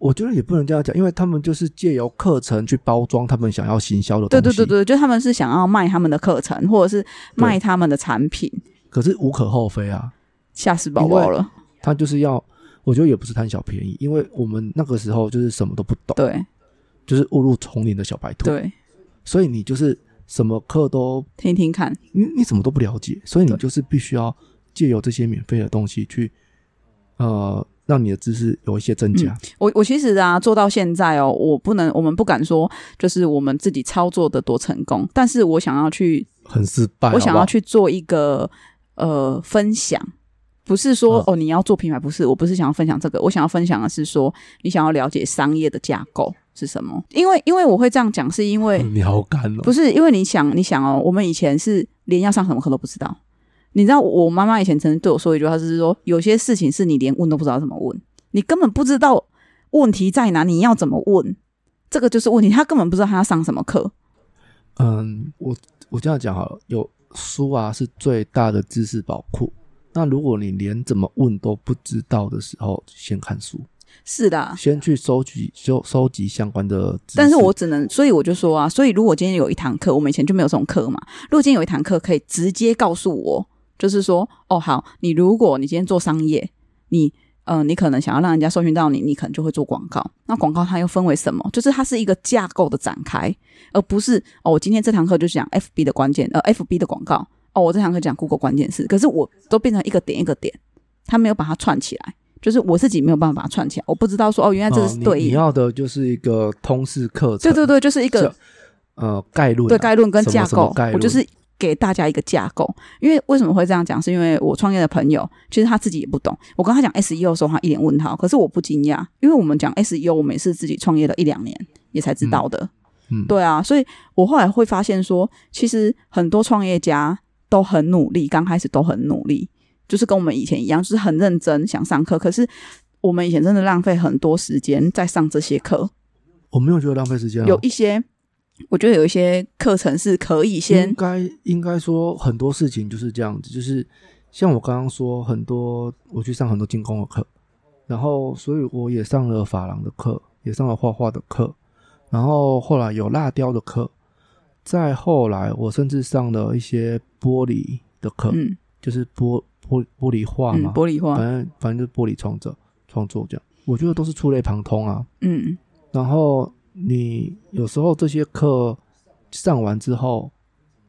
Speaker 2: 我觉得也不能这样讲，因为他们就是借由课程去包装他们想要行销的东
Speaker 1: 对
Speaker 2: 西，
Speaker 1: 对对对，就他们是想要卖他们的课程，或者是卖他们的产品，
Speaker 2: 可是无可厚非啊，
Speaker 1: 吓死宝宝了。
Speaker 2: 他就是要，我觉得也不是贪小便宜，因为我们那个时候就是什么都不懂，
Speaker 1: 对
Speaker 2: 就是误入丛林的小白兔，
Speaker 1: 对，
Speaker 2: 所以你就是什么课都
Speaker 1: 听听看，
Speaker 2: 你你怎么都不了解，所以你
Speaker 1: 对
Speaker 2: 就是必须要借由这些免费的东西去，呃，让你的知识有一些增加。
Speaker 1: 我我其实啊，做到现在哦，我不能，我们不敢说，就是我们自己操作的多成功，但是我想要去，
Speaker 2: 很失败，
Speaker 1: 我
Speaker 2: 好
Speaker 1: 想要
Speaker 2: 不好
Speaker 1: 去做一个呃分享，不是说、
Speaker 2: 嗯
Speaker 1: 哦你要做品牌，不是，我不是想要分享这个，我想要分享的是说你想要了解商业的架构是什么，因为因为我会这样讲，是因为
Speaker 2: 嗯你好干哦，
Speaker 1: 不是，因为你想，你想哦，我们以前是连要上什么课都不知道。你知道我妈妈以前曾经对我说一句话，就是说有些事情是你连问都不知道怎么问，你根本不知道问题在哪，你要怎么问，这个就是问题。她根本不知道她要上什么课。
Speaker 2: 嗯，我我这样讲好了，有书啊是最大的知识宝库。那如果你连怎么问都不知道的时候，先看书，
Speaker 1: 是的，
Speaker 2: 先去收集收收集相关的知识。
Speaker 1: 啊但是我只能，所以我就说啊，所以如果今天有一堂课，我们以前就没有这种课嘛。如果今天有一堂课可以直接告诉我，就是说，哦，好，你如果你今天做商业，你呃，你可能想要让人家搜寻到你，你可能就会做广告。那广告它又分为什么？就是它是一个架构的展开，而不是哦，我今天这堂课就讲 FB 的关键，呃，FB 的广告。哦，我这堂课讲 Google 关键字，可是我都变成一个点一个点，它没有把它串起来，就是我自己没有办法把它串起来，我不知道说哦，原来这
Speaker 2: 哦
Speaker 1: 是
Speaker 2: 你
Speaker 1: 对
Speaker 2: 你
Speaker 1: 应。
Speaker 2: 要的就是一个通识课程，
Speaker 1: 对对对，就是一个
Speaker 2: 是呃，概论、啊，
Speaker 1: 对概论跟
Speaker 2: 什么
Speaker 1: 架
Speaker 2: 什么
Speaker 1: 构
Speaker 2: 概，
Speaker 1: 我就
Speaker 2: 论
Speaker 1: 是给大家一个架构。因为为什么会这样讲，是因为我创业的朋友，其实他自己也不懂。我跟他讲 SEO 的时候，他一脸问号，可是我不惊讶，因为我们讲 SEO，我们也是自己创业了一两年也才知道的。
Speaker 2: 嗯，
Speaker 1: 对啊，所以我后来会发现说，其实很多创业家都很努力，刚开始都很努力，就是跟我们以前一样，就是很认真想上课，可是。我们以前真的浪费很多时间在上这些课，
Speaker 2: 我没有觉得浪费时间、啊，
Speaker 1: 有一些，我觉得有一些课程是可以先
Speaker 2: 应该应该说很多事情就是这样子，就是像我刚刚说，很多我去上很多进攻的课，然后所以我也上了法郎的课，也上了画画的课，然后后来有蜡雕的课，再后来我甚至上了一些玻璃的课，
Speaker 1: 嗯
Speaker 2: 就是玻玻玻璃画
Speaker 1: 嗯
Speaker 2: 嘛，
Speaker 1: 玻璃
Speaker 2: 反
Speaker 1: 化，
Speaker 2: 正反正就是玻璃创作创作这样，我觉得都是触类旁通啊，
Speaker 1: 嗯
Speaker 2: 然后你有时候这些课上完之后，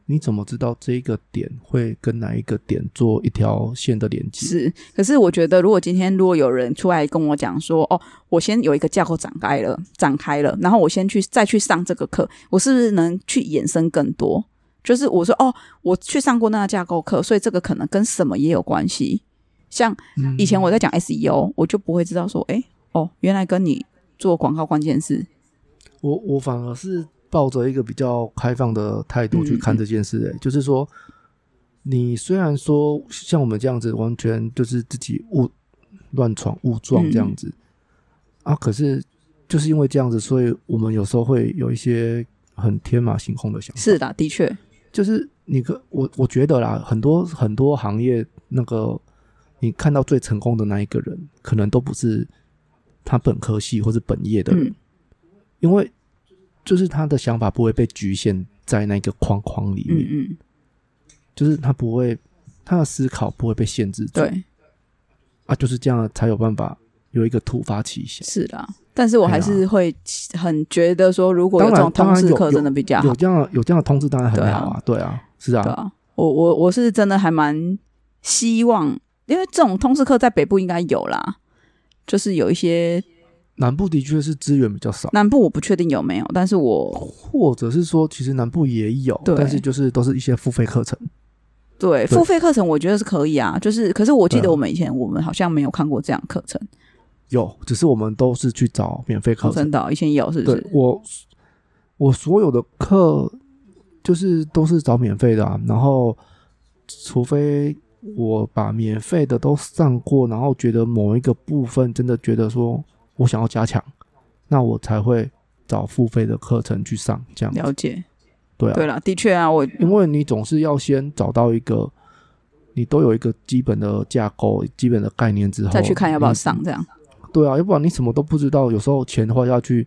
Speaker 2: 你怎么知道这一个点会跟哪一个点做一条线的连接？
Speaker 1: 是，可是我觉得，如果今天如果有人出来跟我讲说，哦，我先有一个架构展开了，展开了，然后我先去再去上这个课，我是不是能去衍生更多？就是我说，哦，我去上过那个架构课，所以这个可能跟什么也有关系。像
Speaker 2: 嗯
Speaker 1: 以前我在讲 SEO，我就不会知道说，哎，哦，原来跟你做广告关键字
Speaker 2: 我我反而是抱着一个比较开放的态度去看这件事、欸，就是说，你虽然说像我们这样子，完全就是自己误乱闯误撞这样子、啊，可是就是因为这样子，所以我们有时候会有一些很天马行空的想法。
Speaker 1: 是的，的确，
Speaker 2: 就是你可我我觉得啦，很多很多行业那个你看到最成功的那一个人，可能都不是他本科系或是本业的人，
Speaker 1: 嗯
Speaker 2: 因为就是他的想法不会被局限在那个框框里
Speaker 1: 嗯
Speaker 2: 面，
Speaker 1: 嗯，
Speaker 2: 就是他不会他的思考不会被限制住，
Speaker 1: 对，
Speaker 2: 啊，就是这样才有办法有一个突发奇想。
Speaker 1: 是的。但是我还是会很觉得说，如果有
Speaker 2: 啊当
Speaker 1: 这
Speaker 2: 然
Speaker 1: 种通
Speaker 2: 当然
Speaker 1: 识
Speaker 2: 有
Speaker 1: 课，
Speaker 2: 有
Speaker 1: 真的比较好
Speaker 2: 有。这样有这样的通知当然很好啊，对啊，是
Speaker 1: 啊对
Speaker 2: 啊，
Speaker 1: 啊，我我我是真的还蛮希望，因为这种通识课在北部应该有啦，就是有一些
Speaker 2: 南部的确是资源比较少。
Speaker 1: 南部我不确定有没有，但是我
Speaker 2: 或者是说，其实南部也有，
Speaker 1: 对
Speaker 2: 但是就是都是一些付费课程。
Speaker 1: 对付费课程我觉得是可以啊，就是可是我记
Speaker 2: 对
Speaker 1: 得
Speaker 2: 啊
Speaker 1: 我们以前我们好像没有看过这样的课程，
Speaker 2: 有，只是我们都是去找免费课
Speaker 1: 哦
Speaker 2: 程。
Speaker 1: 真的哦以前有是不
Speaker 2: 对
Speaker 1: 是？
Speaker 2: 我，我所有的课就是都是找免费的、啊，然后除非我把免费的都上过，然后觉得某一个部分真的觉得说我想要加强，那我才会找付费的课程去上。这样子
Speaker 1: 了解，
Speaker 2: 对啊，
Speaker 1: 对了，的确啊，我
Speaker 2: 因为你总是要先找到一个。你都有一个基本的架构、基本的概念之后，
Speaker 1: 再去看要不要
Speaker 2: 你
Speaker 1: 上这样，
Speaker 2: 对啊，要不然你什么都不知道，有时候钱花下去，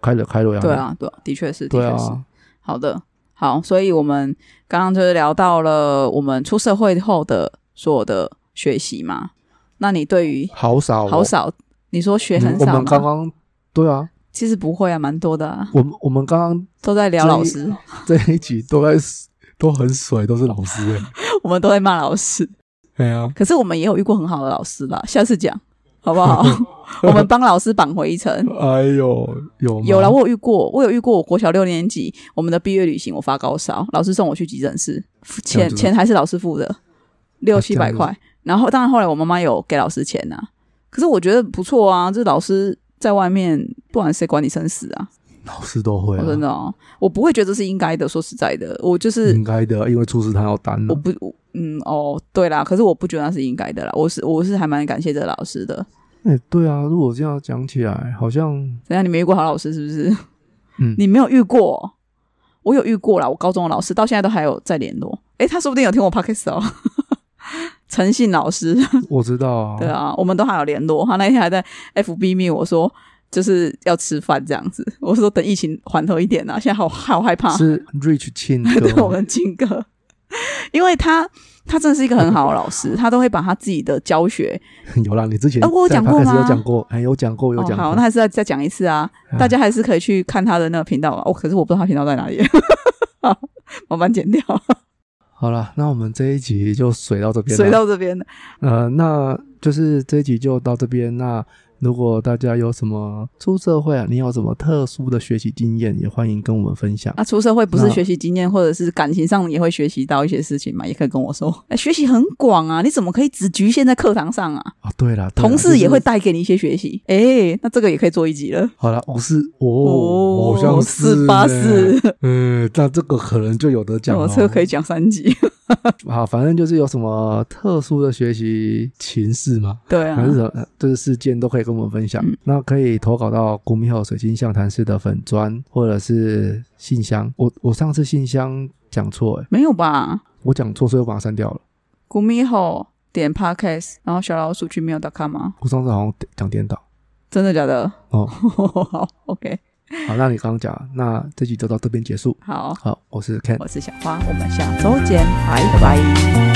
Speaker 2: 开了开了呀。
Speaker 1: 对，啊，对啊，的确是，的
Speaker 2: 嗯对
Speaker 1: 确是。
Speaker 2: 啊，
Speaker 1: 好的，好，所以我们刚刚就是聊到了我们出社会后的所有的学习嘛。那你对于
Speaker 2: 好少、哦，
Speaker 1: 好少，你说学
Speaker 2: 嗯
Speaker 1: 很
Speaker 2: 我
Speaker 1: 少
Speaker 2: 们刚
Speaker 1: 吗？
Speaker 2: 刚对啊，
Speaker 1: 其实不会啊，蛮多的啊，
Speaker 2: 我们我们刚刚
Speaker 1: 都在聊
Speaker 2: 这
Speaker 1: 老
Speaker 2: 一
Speaker 1: 师， [laughs]
Speaker 2: 这一集都在都很水，都是老师哎，
Speaker 1: 我们都在骂老师。
Speaker 2: 对啊，
Speaker 1: 可是我们也有遇过很好的老师啦，下次讲好
Speaker 2: [laughs]
Speaker 1: 不好？ [laughs] 我们帮老师扳回一城。
Speaker 2: 哎呦，有吗
Speaker 1: 有了，，我有遇过，我有遇过。我国小六年级，我们的毕业旅行，我发高烧，老师送我去急诊室，
Speaker 2: 这样
Speaker 1: 钱
Speaker 2: 子
Speaker 1: 钱还是老师付的，六
Speaker 2: 啊
Speaker 1: 七
Speaker 2: 这样
Speaker 1: 百
Speaker 2: 子
Speaker 1: 块。然后，当然后来我妈妈有给老师钱呐、可是我觉得不错啊，这老师在外面，不管谁管你生死啊，
Speaker 2: 老师都会、啊，
Speaker 1: 我真的、哦，我不会觉得这是应该的。说实在的，我就是、
Speaker 2: 应该的，因为厨师他要单了、
Speaker 1: 我不我嗯哦对啦，可是我不觉得那是应该的啦。我是我是还蛮感谢这个老师的。
Speaker 2: 哎、对啊，如果这样讲起来，好像
Speaker 1: 怎样？你没遇过好老师是不是？
Speaker 2: 嗯
Speaker 1: [laughs] 你没有遇过？我有遇过啦，我高中的老师到现在都还有在联络。诶，他说不定有听我 podcast 哦。 [laughs] 诚信老师，
Speaker 2: 我知道啊，
Speaker 1: 对啊，我们都还有联络。他那天还在 FB 密我说，就是要吃饭这样子。我说等疫情缓和一点啊，现在好好害怕。
Speaker 2: 是 Rich 亲
Speaker 1: [laughs] 对
Speaker 2: 哥，
Speaker 1: 我们金哥，因为他他真的是一个很好的
Speaker 2: [laughs]
Speaker 1: 老师，他都会把他自己的教学
Speaker 2: 有啦，你之前
Speaker 1: 啊我有
Speaker 2: 在
Speaker 1: 讲过
Speaker 2: podcast 有
Speaker 1: 吗
Speaker 2: 讲过，哎、有讲过，有
Speaker 1: 哦
Speaker 2: 讲过，嗯
Speaker 1: 好，那还是再再讲一次啊！大家还是可以去看他的那个频道啊。哦，可是我不知道他频道在哪里，好麻烦剪掉，
Speaker 2: 好了，那我们这一集就水到这边了。
Speaker 1: 水到这边了。
Speaker 2: 呃，那就是这一集就到这边。那如果大家有什么出社会啊，你有什么特殊的学习经验，也欢迎跟我们分享。
Speaker 1: 啊，出社会不是
Speaker 2: 那
Speaker 1: 学习经验，或者是感情上也会学习到一些事情嘛，也可以跟我说。哎，学习很广啊，你怎么可以只局限在课堂上啊？
Speaker 2: 哦，对了，对啦
Speaker 1: 同
Speaker 2: 就
Speaker 1: 事
Speaker 2: 是
Speaker 1: 也会带给你一些学习。哎、那这个也可以做一集了。
Speaker 2: 好了，我是哦，好像是
Speaker 1: 四八四
Speaker 2: 呢。，嗯，那这个可能就有的讲
Speaker 1: 我
Speaker 2: 了。哦
Speaker 1: 这个可以讲三集。 [laughs]
Speaker 2: 好，反正就是有什么特殊的学习情事吗？
Speaker 1: 对啊
Speaker 2: 还，是什么，就是事件都可以跟我们分享。
Speaker 1: 嗯
Speaker 2: 那可以投稿到古米后水晶象谈室的粉砖，或者是信箱。我我上次信箱讲错、欸，
Speaker 1: 没有吧？
Speaker 2: 我讲错，所以我把它删掉了。
Speaker 1: 古米吼点 podcast，然后小老鼠去 mail.com 吗？
Speaker 2: 我上次好像讲颠倒。
Speaker 1: 啊真的假的？
Speaker 2: 哦
Speaker 1: [laughs] 好，OK，
Speaker 2: 好，那你刚刚讲，那这集就到这边结束。
Speaker 1: 好。
Speaker 2: 好，我是 Ken。
Speaker 1: 我是小花，我们下周见，拜拜